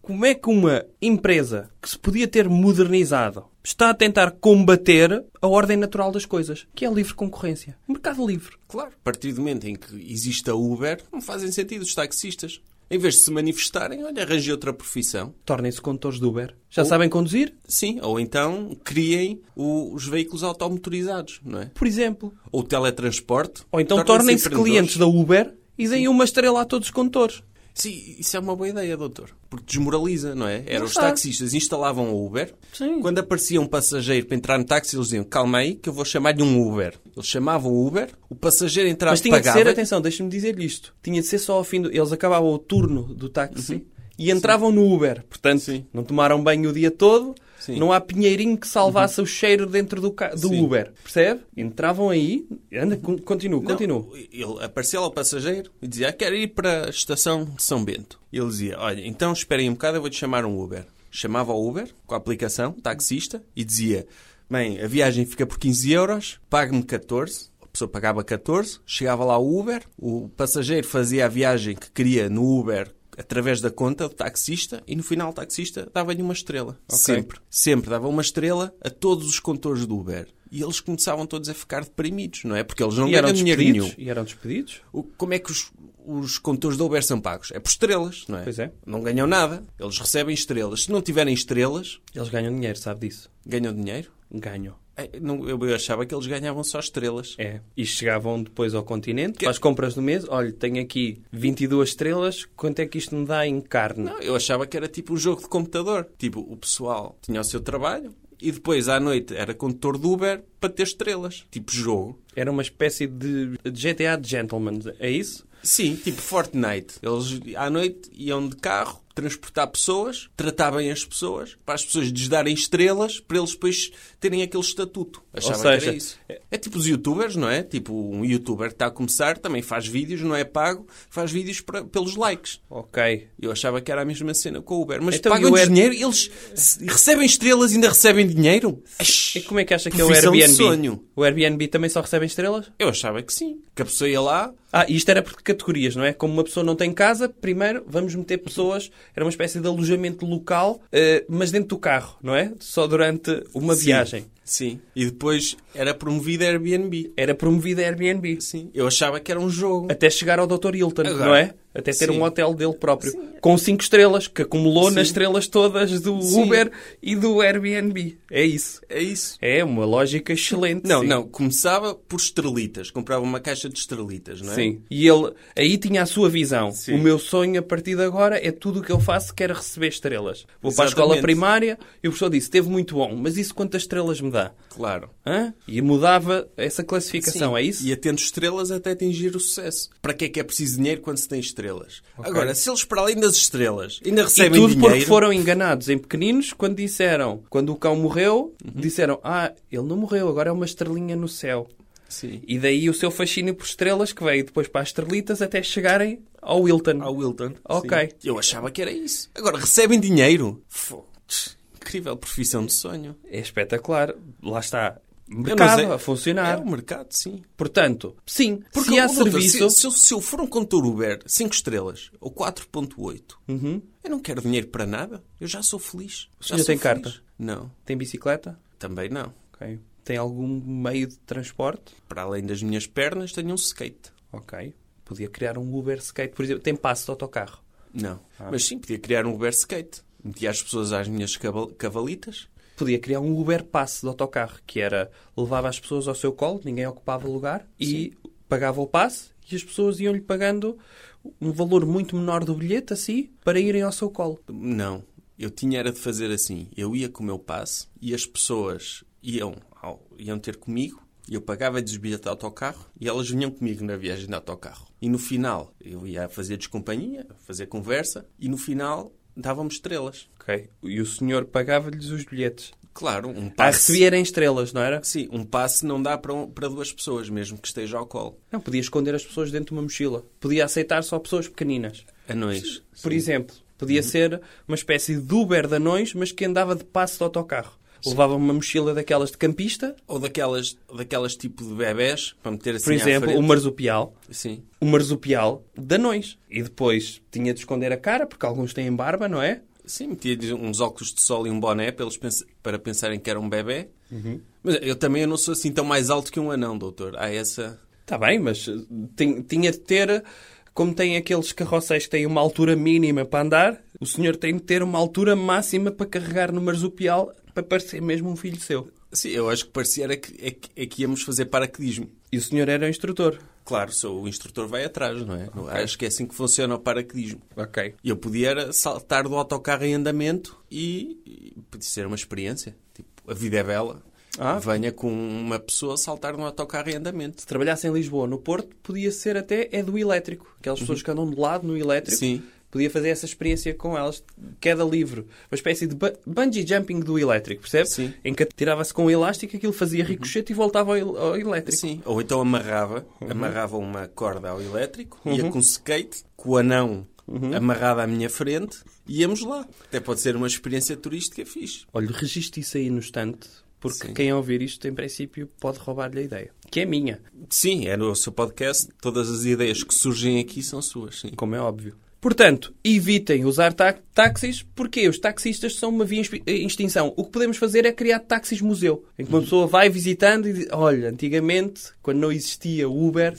Como é que uma empresa que se podia ter modernizado está a tentar combater a ordem natural das coisas, que é a livre concorrência? O mercado livre. Claro, a partir do momento em que existe a Uber, não fazem sentido os taxistas. Em vez de se manifestarem, olha, arranjei outra profissão. Tornem-se condutores de Uber. Já sabem conduzir? Sim, ou então criem o- os veículos automotorizados, não é? Por exemplo. Ou teletransporte. Ou então tornem-se empreendedores. clientes da Uber e deem uma estrela a todos os condutores. Sim, isso é uma boa ideia, doutor. Porque desmoraliza, não é? Eram os está. taxistas, instalavam o Uber. Sim. Quando aparecia um passageiro para entrar no táxi, eles diziam, calma aí, que eu vou chamar-lhe um Uber. Eles chamavam o Uber, o passageiro entrava, Mas tinha de pagava. ser, atenção, deixa-me dizer-lhe isto. Tinha de ser só ao fim do... Eles acabavam o turno do táxi e entravam no Uber. Portanto, Uhum. Sim. não tomaram banho o dia todo. Sim. Uhum. Não há pinheirinho que salvasse o cheiro dentro do, ca- do Sim. Uber. Percebe? Entravam aí. Anda, con- continuo, Não, continuo. Ele aparecia lá o passageiro e dizia, "Ah, quero ir para a estação de São Bento. Ele dizia, olha, então esperem um bocado, eu vou-te chamar um Uber. Chamava o Uber, com a aplicação, taxista, e dizia, bem, a viagem fica por 15 euros, pague-me 14. A pessoa pagava 14, chegava lá o Uber, o passageiro fazia a viagem que queria no Uber através da conta do taxista e no final o taxista dava-lhe uma estrela. Sempre. Sempre dava uma estrela a todos os condutores do Uber. E eles começavam todos a ficar deprimidos, não é? Porque eles não E eram ganham dinheiro nenhum. despedidos. E eram despedidos. O- como é que os, os condutores da Uber são pagos? É por estrelas, não é? Pois é. Não ganham nada. Eles recebem estrelas. Se não tiverem estrelas, Eles ganham dinheiro, sabe disso? ganham dinheiro. Ganham. É, não- Eu eu achava que eles ganhavam só estrelas. É. E chegavam depois ao continente, para as compras do mês. Olha, tenho aqui 22 estrelas. Quanto é que isto me dá em carne? Não, eu achava que era tipo um jogo de computador. Tipo, o pessoal tinha o seu trabalho e depois à noite era condutor do Uber para ter estrelas. Tipo jogo. Era uma espécie de GTA de Gentleman, é isso? Sim, tipo Fortnite. Eles à noite iam de carro transportar pessoas, tratar bem as pessoas, para as pessoas lhes darem estrelas, para eles depois terem aquele estatuto. Achava que seja, era isso. É tipo os youtubers, não é? Tipo um youtuber que está a começar, também faz vídeos, não é pago, faz vídeos para- pelos likes. Ok. Eu achava que era a mesma cena com o Uber. Mas Então, pagam e o Air- dinheiro, eles se- recebem estrelas e ainda recebem dinheiro? E como é que acha que é o Profissão de Airbnb? sonho. O Airbnb também só recebe estrelas? Eu achava que sim. Que a pessoa ia lá, Ah, e isto era por categorias, não é? Como uma pessoa não tem casa, primeiro vamos meter pessoas, era uma espécie de alojamento local, eh, mas dentro do carro, não é? Só durante uma viagem. sim, e depois era promovida a Airbnb. Era promovida Airbnb. Sim, eu achava que era um jogo. Até chegar ao Dr. Hilton, Agora. não é? Até ter Sim. um hotel dele próprio. Com cinco estrelas, que acumulou nas estrelas todas do Sim. Uber e do Airbnb. É isso. É isso. É uma lógica excelente. Não, sim. não. Começava por estrelitas. Comprava uma caixa de estrelitas, não é? Sim. E ele aí tinha a sua visão. Sim. O meu sonho a partir de agora é tudo o que eu faço quero receber estrelas. Vou para a escola Exatamente. primária e o professor disse, teve muito bom, mas isso quantas estrelas me dá? Claro. Hã? E mudava essa classificação, é isso? E atendo estrelas até atingir o sucesso. Para que é que é preciso dinheiro quando se tem estrelas? Agora, se eles para além das estrelas ainda E recebem tudo dinheiro... porque foram enganados em pequeninos quando disseram, quando o cão morreu, Uhum. disseram, ah, ele não morreu, agora é uma estrelinha no céu. Sim. E daí o seu fascínio por estrelas que veio depois para as estrelitas até chegarem ao Ah, Wilton. Ao Wilton. Ok. Sim. Eu achava que era isso. Agora, recebem dinheiro. Fô, tch, Incrível profissão de sonho. É espetacular. Lá está. Eu não Mercado sei. a funcionar. É o mercado, sim. Portanto, sim, Porque, se há oh, doutor, serviço... se, se eu, se eu for um condutor Uber 5 estrelas ou 4.8, eu não quero dinheiro para nada. Eu já sou feliz. Já Uhum. senhor sou tem carta? Não, Tem bicicleta? também não. Ok. Tem algum meio de transporte? Para além das minhas pernas, tenho um skate. Ok. Podia criar um Uber Skate, por exemplo. Tem passo de autocarro. Não. Ah. Mas sim, podia criar um Uber skate. Metia as pessoas às minhas cabal- cavalitas. Podia criar um Uber Passe de autocarro, que era... Levava as pessoas ao seu colo, ninguém ocupava lugar, e pagava o passe, e as pessoas iam-lhe pagando um valor muito menor do bilhete, assim, para irem ao seu colo. Não. Eu tinha era de fazer assim. Eu ia com o meu passe e as pessoas iam, ao- iam ter comigo. e Eu pagava-lhes o bilhete de autocarro e elas vinham comigo na viagem de autocarro. E no final, eu ia fazer descompanhia, fazer conversa e no final dávamos estrelas. Ok. E o senhor pagava-lhes os bilhetes. Claro, um A passe... receberem estrelas, não era? Sim, um passe não dá para, um- para duas pessoas, mesmo que esteja ao colo. Não, podia esconder as pessoas dentro de uma mochila. Podia aceitar só pessoas pequeninas. Anões. Por exemplo, Uhum. podia ser uma espécie de Uber de anões, mas que andava de passo de autocarro. Levava uma mochila daquelas de campista, Ou daquelas, daquelas tipo de bebés, para meter assim por exemplo, à o frente. marsupial. Sim. O marsupial de anões. E depois tinha de esconder a cara, porque alguns têm barba, não é? Sim, metia-lhe uns óculos de sol e um boné para, eles pens- para pensarem que era um bebê. Mas eu também eu não sou assim tão mais alto que um anão, doutor. Há essa... Está bem, mas eh, tin- tinha de ter, como tem aqueles carroceiros que têm uma altura mínima para andar, o senhor tem de ter uma altura máxima para carregar no marsupial para parecer mesmo um filho seu. Sim, eu acho que parecia era que, é que, é que íamos fazer paraquedismo. E o senhor era o instrutor. Claro, sou, o instrutor vai atrás, não é? Acho que é assim que funciona o paraquedismo. Ok. E eu podia era saltar do autocarro em andamento e, e podia ser uma experiência. Tipo, a vida é bela. Ah. Venha com uma pessoa saltar de um autocarro em andamento. Se trabalhasse em Lisboa, no Porto, podia ser até é do elétrico. Aquelas pessoas que andam de lado no elétrico. Uhum. Sim. Podia fazer essa experiência com elas, queda livre. Uma espécie de bu- bungee jumping do elétrico, percebe? Sim. Em que tirava-se com o elástico, aquilo fazia ricochete e voltava ao, el- ao elétrico. Uhum. Sim. Ou então amarrava, amarrava uma corda ao elétrico, ia com skate, com o anão Uhum. amarrado à minha frente, e íamos lá. Até pode ser uma experiência turística fixe. Olha, registre isso aí no estante, porque Sim. quem ouvir isto, em princípio, pode roubar-lhe a ideia. Que é minha, Sim, é no seu podcast. Todas as ideias que surgem aqui são suas, sim. como é óbvio. Portanto, evitem usar ta- táxis, porque os taxistas são uma via inspi- em extinção. O que podemos fazer é criar táxis museu, em que uma pessoa vai visitando e diz, olha, antigamente, quando não existia Uber,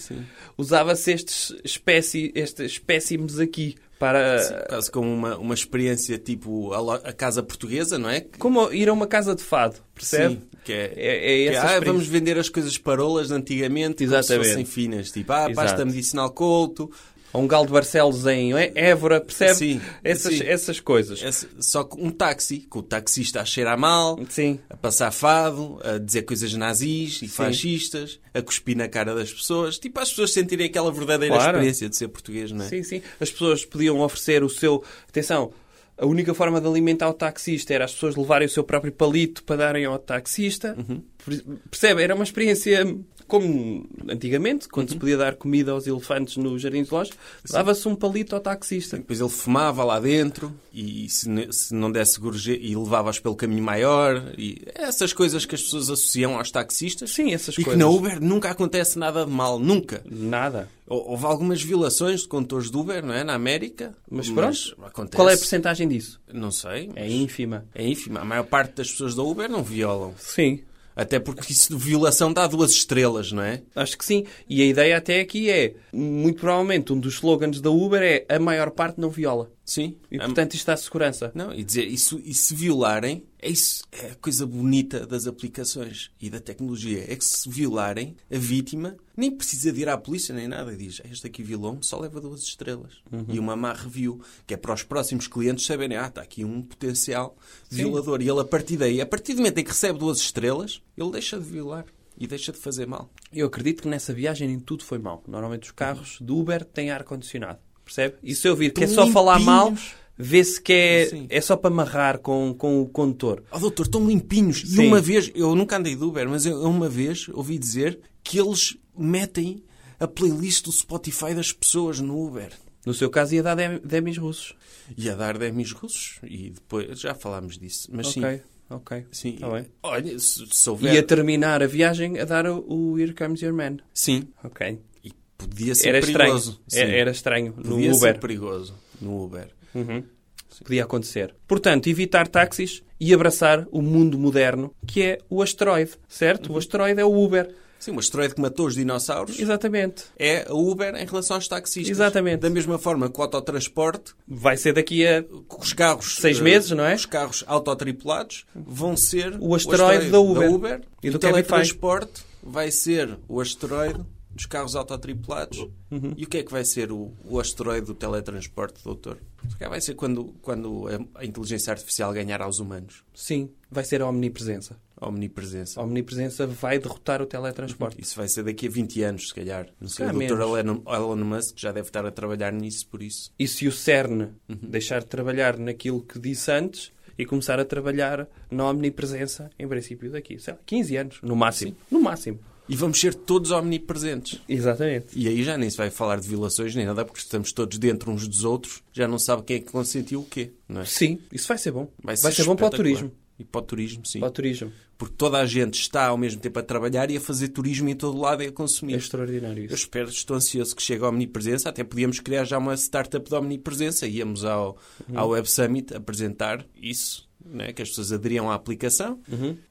usava-se estes, espécie, estes espécimes aqui para... Quase como uma, uma experiência tipo a, lo- a casa portuguesa, não é? Como ir a uma casa de fado, percebe? Sim, que é, É- é que essa ah, experiência. vamos vender as coisas parolas de antigamente como Exatamente. se fossem finas. Tipo, ah, pasta Exato. medicinal couto. Ou um galo de Barcelos em é, Évora, percebe? Sim, essas, sim. essas coisas. Esse- Só que um táxi, com o taxista a cheirar mal, Sim. a passar fado, a dizer coisas nazis e fascistas, a cuspir na cara das pessoas. Tipo, as pessoas sentirem aquela verdadeira Claro. experiência de ser português, não é? Sim, sim. As pessoas podiam oferecer o seu. Atenção, a única forma de alimentar o taxista era as pessoas levarem o seu próprio palito para darem ao taxista. Uhum. Per- Percebe? Era uma experiência como antigamente, quando Uhum. se podia dar comida aos elefantes no jardim de loja, dava-se um palito ao taxista. Depois ele fumava lá dentro e se, ne- se não desse gorje e levava-os pelo caminho maior. E essas coisas que as pessoas associam aos taxistas. Sim, essas e que coisas. na Uber nunca acontece nada de mal, nunca. Nada. Hou- Houve algumas violações de condutores de Uber, não é? Na América. Mas pronto, acontece. qual é a porcentagem disso? Não sei. É mas ínfima. É ínfima. A maior parte das pessoas da Uber não violam. Sim. Até porque isso de violação dá duas estrelas, não é? Acho que sim. E a ideia até aqui é, muito provavelmente, um dos slogans da Uber é a maior parte não viola. Sim. E, A- portanto, isto dá segurança. Não, e dizer, isso, e se violarem, é isso, é a coisa bonita das aplicações e da tecnologia. É que se violarem, a vítima nem precisa de ir à polícia nem nada. Diz, "É, este aqui violou-me, só leva duas estrelas. Uhum. E uma má review, que é para os próximos clientes saberem, ah, está aqui um potencial violador. E ele, a partir daí, a partir do momento em que recebe duas estrelas, ele deixa de violar e deixa de fazer mal. Eu acredito que nessa viagem nem tudo foi mal. Normalmente os carros do Uber têm ar-condicionado. Percebe? E se eu vir que é só Limpinhos. falar mal, vê-se que é, Sim. é só para amarrar com, com o condutor. Oh, doutor, estão limpinhos. E Sim. uma vez, eu nunca andei de Uber, mas eu eu uma vez ouvi dizer que eles metem a playlist do Spotify das pessoas no Uber. No seu caso, ia dar dem- demis russos. E a dar demis russos. E depois, já falámos disso. Mas Ok, ok. sim. Sim. Tá bem. Olha, se, se E houver... a terminar a viagem a dar o, o Here Comes Your Man. Sim. Ok. E podia ser Era é perigoso. estranho. Era, Sim. era estranho. No Podia ser Uber. perigoso no Uber. Podia acontecer. Portanto, evitar táxis e abraçar o mundo moderno, que é o asteroide, Uhum. certo? O asteroide é o Uber. Sim, uma asteroide que matou os dinossauros. Exatamente. É a Uber em relação aos taxistas. Exatamente. Da mesma forma que o autotransporte Vai ser daqui a que os carros... Seis eh, meses, não é? Os carros autotripulados vão ser O asteroide da Uber. E E, do é o Cabify. teletransporte vai ser o asteroide dos carros autotripulados. Uhum. E o que é que vai ser o, o asteroide do teletransporte, doutor? Se calhar vai ser quando, quando a, a inteligência artificial ganhar aos humanos. Sim, vai ser a omnipresença. A omnipresença. A omnipresença vai derrotar o teletransporte. Isso vai ser daqui a 20 anos, se calhar. Não sei, calhar o doutor menos. Elon, Elon Musk já deve estar a trabalhar nisso, por isso. E se o CERN Uhum. deixar de trabalhar naquilo que disse antes e começar a trabalhar na omnipresença, em princípio daqui, sei lá, 15 anos, no máximo. No máximo. E vamos ser todos omnipresentes. Exatamente. E aí já nem se vai falar de violações nem nada, porque estamos todos dentro uns dos outros, já não sabe quem é que consentiu o quê, não é? Sim, isso vai ser bom. Vai Vai ser ser, bom para o espetacular. turismo. E para o turismo, sim. Para o turismo. Porque toda a gente está ao mesmo tempo a trabalhar e a fazer turismo em todo lado e a É consumir. extraordinário Eu isso. espero, estou ansioso que chegue a omnipresença. Até podíamos criar já uma startup de omnipresença. Íamos ao, Uhum. ao Web Summit apresentar isso, não é? que as pessoas aderiam à aplicação,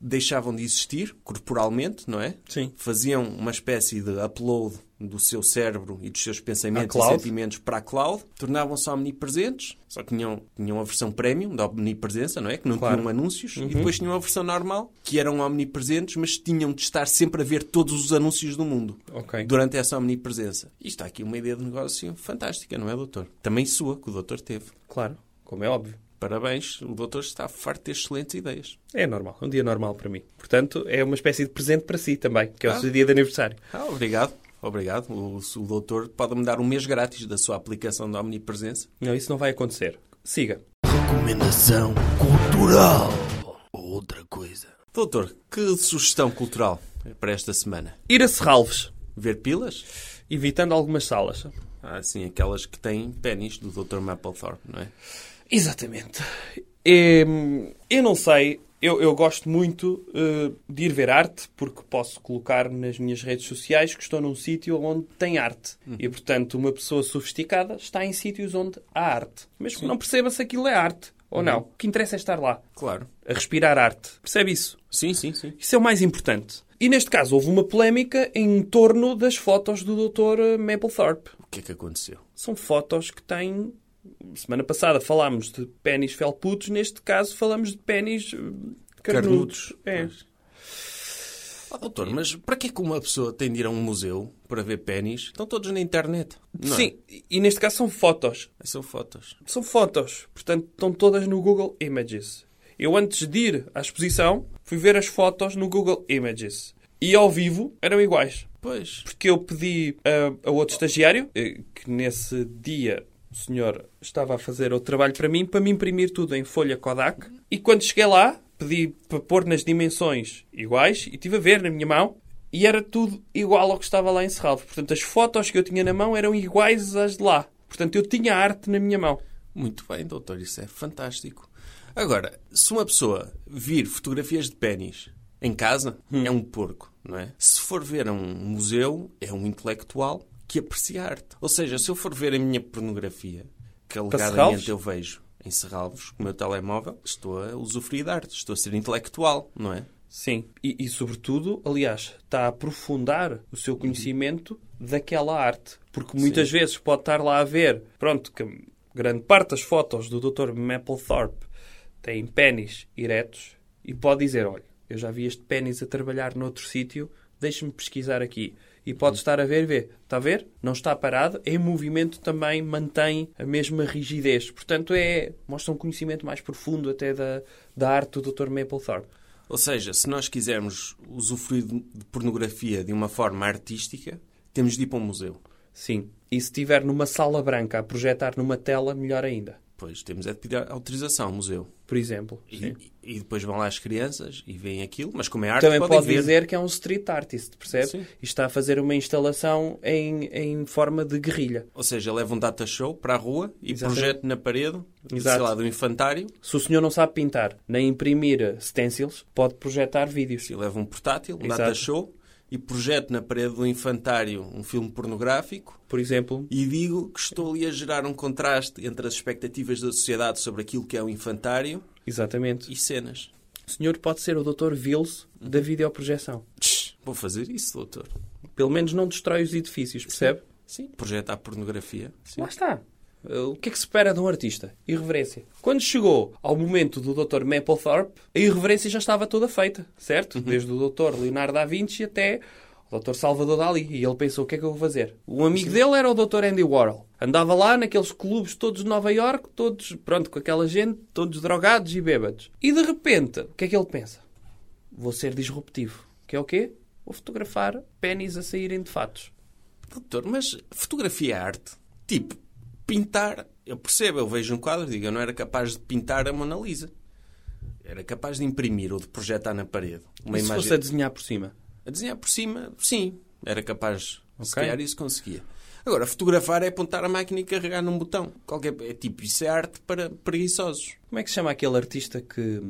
deixavam de existir corporalmente, não é? Uhum. Sim. Faziam uma espécie de upload do seu cérebro e dos seus pensamentos À e cloud. sentimentos para a cloud, tornavam-se omnipresentes, só tinham, tinham a versão premium da omnipresença, não é? Que não Claro. Uhum. tinham anúncios, e depois tinham a versão normal, que eram omnipresentes, mas tinham de estar sempre a ver todos os anúncios do mundo Ok. durante essa omnipresença. Isto está aqui uma ideia de negócio fantástica, não é, doutor? Também sua, que o doutor teve. Claro, como é óbvio. Parabéns, o doutor está farto de excelentes ideias. É normal, é um dia normal para mim. Portanto, é uma espécie de presente para si também, que é o seu dia de aniversário. Ah, obrigado. Obrigado. O, o doutor pode-me dar um mês grátis da sua aplicação da omnipresença. Não, isso não vai acontecer. Siga. Recomendação cultural. Outra coisa. Doutor, que sugestão cultural para esta semana? Ir a Serralves, Ver pilas? evitando algumas salas. Ah, sim, aquelas que têm pênis do Dr. Mapplethorpe, não é? Exatamente. É, hum, eu não sei, eu, eu gosto muito eh, de ir ver arte, porque posso colocar nas minhas redes sociais que estou num sítio onde tem arte. E, portanto, uma pessoa sofisticada está em sítios onde há arte. Mesmo que não perceba se aquilo é arte ou não. O que interessa é estar lá, Claro. a respirar arte. Percebe isso? Sim, sim, sim. Isso é o mais importante. E neste caso houve uma polémica em torno das fotos do Dr. Mapplethorpe. O que é que aconteceu? São fotos que têm. Semana passada falámos de pênis felputos, neste caso falamos de pênis hum, carnudos. Carnudos. É. Ah, doutor, mas para que é que uma pessoa tem de ir a um museu para ver pênis? Estão todos na internet. não é? Sim, e neste caso são fotos. São fotos. São fotos, portanto estão todas no Google Images. Eu antes de ir à exposição fui ver as fotos no Google Images. E ao vivo eram iguais. Pois. porque eu pedi a, a outro estagiário, eh, que nesse dia o senhor estava a fazer o trabalho para mim, para me imprimir tudo em folha Kodak. E quando cheguei lá, pedi para pôr nas dimensões iguais e tive a ver na minha mão. E era tudo igual ao que estava lá em Serralvo. Portanto, as fotos que eu tinha na mão eram iguais às de lá. Portanto, eu tinha a arte na minha mão. Muito bem, doutor, isso é fantástico. Agora, se uma pessoa vir fotografias de pênis em casa, é um porco, não é? Se for ver a um museu, é um intelectual que aprecia a arte. Ou seja, se eu for ver a minha pornografia, que Serralves? alegadamente eu vejo em Serralvos, com o meu telemóvel, estou a usufruir de arte, estou a ser intelectual, não é? Sim. E, e, sobretudo, aliás, está a aprofundar o seu conhecimento daquela arte. Porque muitas vezes pode estar lá a ver, pronto, que grande parte das fotos do Dr. Mapplethorpe têm pênis eretos e pode dizer, olha, eu já vi este pênis a trabalhar noutro sítio, deixa-me pesquisar aqui. E pode estar a ver, vê, está a ver? Não está parado, em movimento também mantém a mesma rigidez. Portanto, é, mostra um conhecimento mais profundo até da, da arte do Dr. Mapplethorpe. Ou seja, se nós quisermos usufruir de de pornografia de uma forma artística, temos de ir para um museu. Sim. E se estiver numa sala branca a projetar numa tela, melhor ainda. Pois, temos é de pedir autorização ao museu. Por exemplo. E, e depois vão lá as crianças e veem aquilo, mas como é arte, Também podem pode ver. dizer que é um street artist, percebe? Sim. E está a fazer uma instalação em, em forma de guerrilha. Ou seja, leva um data show para a rua e Exatamente. projeta na parede, Exato. sei lá, do infantário, Se o senhor não sabe pintar nem imprimir stencils, pode projetar vídeos. e leva um portátil, um Exato. data show, e projeta na parede do infantário um filme pornográfico Por exemplo, e digo que estou ali a gerar um contraste entre as expectativas da sociedade sobre aquilo que é o infantário exatamente. e cenas. O senhor pode ser o Dr. Vils da videoprojeção. Tch, vou fazer isso, doutor. Pelo menos não destrói os edifícios, percebe? Sim, projeta a pornografia. Sim. Lá está. Uh, O que é que se espera de um artista? Irreverência. Quando chegou ao momento do Dr. Mapplethorpe, a irreverência já estava toda feita, certo? Desde o Dr. Leonardo da Vinci até o Dr. Salvador Dali. E ele pensou, o que é que eu vou fazer? Um amigo dele era o Dr. Andy Warhol. Andava lá naqueles clubes todos de Nova York, todos, pronto, com aquela gente, todos drogados e bêbados. E de repente, o que é que ele pensa? Vou ser disruptivo. Que é o quê? Vou fotografar pênis a saírem de fatos. Doutor, mas fotografia é arte. Tipo, pintar. Eu percebo, eu vejo um quadro e digo, eu não era capaz de pintar a Mona Lisa. Era capaz de imprimir ou de projetar na parede uma e se imagem. fosse a desenhar por cima? A desenhar por cima, sim. Era capaz. Se Ok. calhar isso conseguia. Agora, fotografar é apontar a máquina e carregar num botão. Qualquer... É tipo, isso é arte para preguiçosos. Como é que se chama aquele artista que,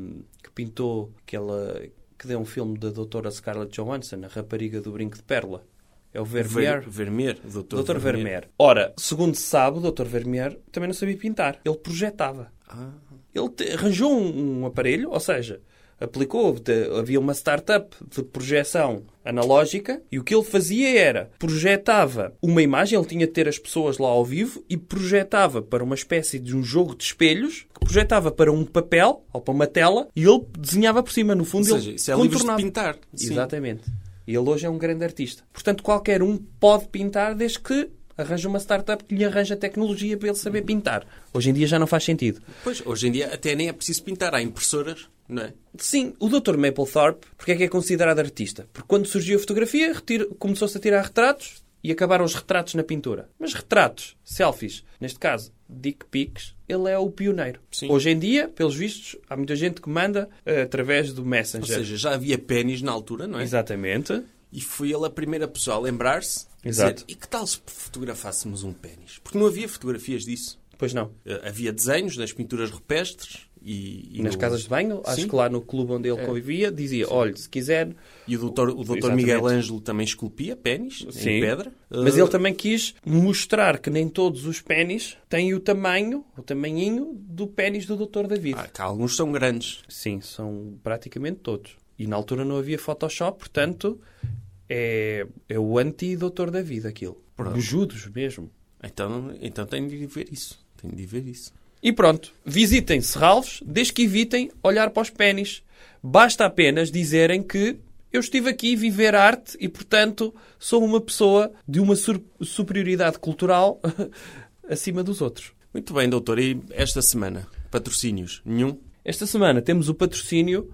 que pintou aquela. que deu um filme da doutora Scarlett Johansson, a rapariga do brinco de perla? É o Vermeer. Ver- Vermeer, doutor, Dr. Vermeer. Ora, segundo se sabe, o Dr. Vermeer também não sabia pintar. Ele projetava. Ah. Ele te- arranjou um, um aparelho, ou seja, aplicou. de- havia uma startup de projeção analógica e o que ele fazia era projetava uma imagem, ele tinha de ter as pessoas lá ao vivo e projetava para uma espécie de um jogo de espelhos que projetava para um papel ou para uma tela e ele desenhava por cima. No Ou fundo, seja, ele isso é livros de contornava. pintar. Sim. Exatamente. E ele hoje é um grande artista. Portanto, qualquer um pode pintar desde que arranja uma startup que lhe arranja tecnologia para ele saber pintar. Hoje em dia já não faz sentido. Pois, hoje em dia até nem é preciso pintar. Há impressoras, não é? Sim, o Dr. Mapplethorpe, porque é que é considerado artista? Porque quando surgiu a fotografia, retiro- começou-se a tirar retratos e acabaram os retratos na pintura. Mas retratos, selfies, neste caso, dick pics, ele é o pioneiro. Sim. Hoje em dia, pelos vistos, há muita gente que manda eh, através do Ou Messenger. seja, já havia pênis na altura, não é? Exatamente. E foi ele a primeira pessoa a lembrar-se. Exato. dizer, E que tal se fotografássemos um pênis? Porque não havia fotografias disso. Pois não. Eh, Havia desenhos nas pinturas rupestres e, e nas no- casas de banho, acho Sim. É. que lá no clube onde ele convivia, dizia: olha, se quiser. E o doutor, o doutor Exatamente. Miguel Ângelo também esculpia pênis em pedra. Mas Eh, ele também quis mostrar que nem todos os pênis têm o tamanho, o tamanhinho do pênis do Dr. David. ah, cá alguns são grandes. Sim, são praticamente todos. E na altura não havia Photoshop, portanto é, é o anti-Dr. David aquilo. Pronto. Bujudos mesmo. Então, então tenho de ver isso. Tenho de ver isso. E pronto, visitem Serralves, desde que evitem olhar para os pênis. Basta apenas dizerem que eu estive aqui viver arte e, portanto, sou uma pessoa de uma sur- superioridade cultural (laughs) acima dos outros. Muito bem, doutor. E esta semana? Patrocínios? Nenhum? Esta semana temos o patrocínio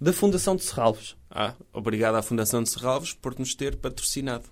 da Fundação de Serralves. Ah, obrigado à Fundação de Serralves por nos ter patrocinado.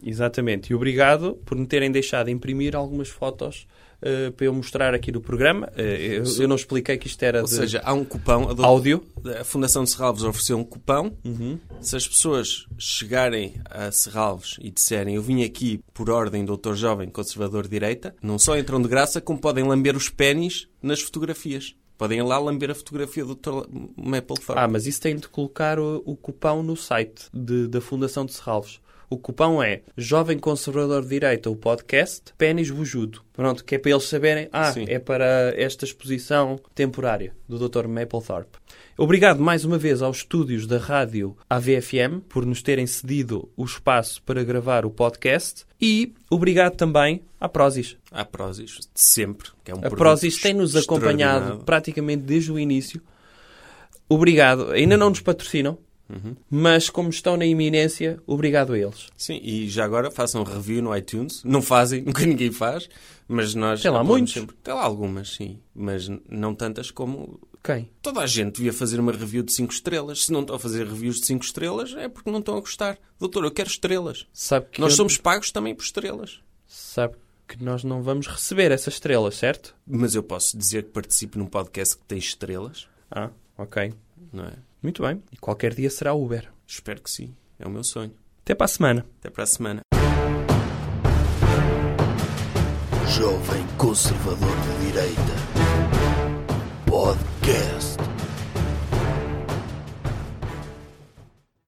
Exatamente. E obrigado por me terem deixado imprimir algumas fotos eh, para eu mostrar aqui no programa. Eh, eu, eu não expliquei que isto era Ou de seja, há um cupão. a doutor- áudio. A Fundação de Serralves ofereceu um cupão. Uhum. Se as pessoas chegarem a Serralves e disserem eu vim aqui por ordem do doutor jovem conservador de direita, não só entram de graça, como podem lamber os pênis nas fotografias. Podem ir lá lamber a fotografia do doutor Mapplethorpe. Ah, mas isso tem de colocar o, o cupão no site de- da Fundação de Serralves. O cupão é Jovem Conservador de Direita, o podcast, Pênis Bujudo. Pronto, que é para eles saberem, ah, Sim. é para esta exposição temporária do Dr. Mapplethorpe. Obrigado mais uma vez aos estúdios da rádio AVFM por nos terem cedido o espaço para gravar o podcast e obrigado também à Prozis. Há Prozis, de sempre. Que é um A produto Prozis tem-nos acompanhado extraordinário. praticamente desde o início. Obrigado. Ainda não nos patrocinam, Uhum. mas como estão na iminência, obrigado a eles. Sim, e já agora façam review no iTunes. Não fazem, (laughs) nunca ninguém faz, mas nós... Tem lá apelamos muitos. Tem lá algumas, sim. Mas n- não tantas como Quem? Toda a gente devia fazer uma review de 5 estrelas. Se não estão a fazer reviews de 5 estrelas, é porque não estão a gostar. Doutor, eu quero estrelas. Sabe que Nós eu- somos pagos também por estrelas. Sabe que nós não vamos receber essas estrelas, certo? Mas eu posso dizer que participo num podcast que tem estrelas, Ah, ok. não é? Muito bem. E qualquer dia será Uber. Espero que sim. É o meu sonho. Até para a semana. Até para a semana. Jovem Conservador de Direita. Podcast.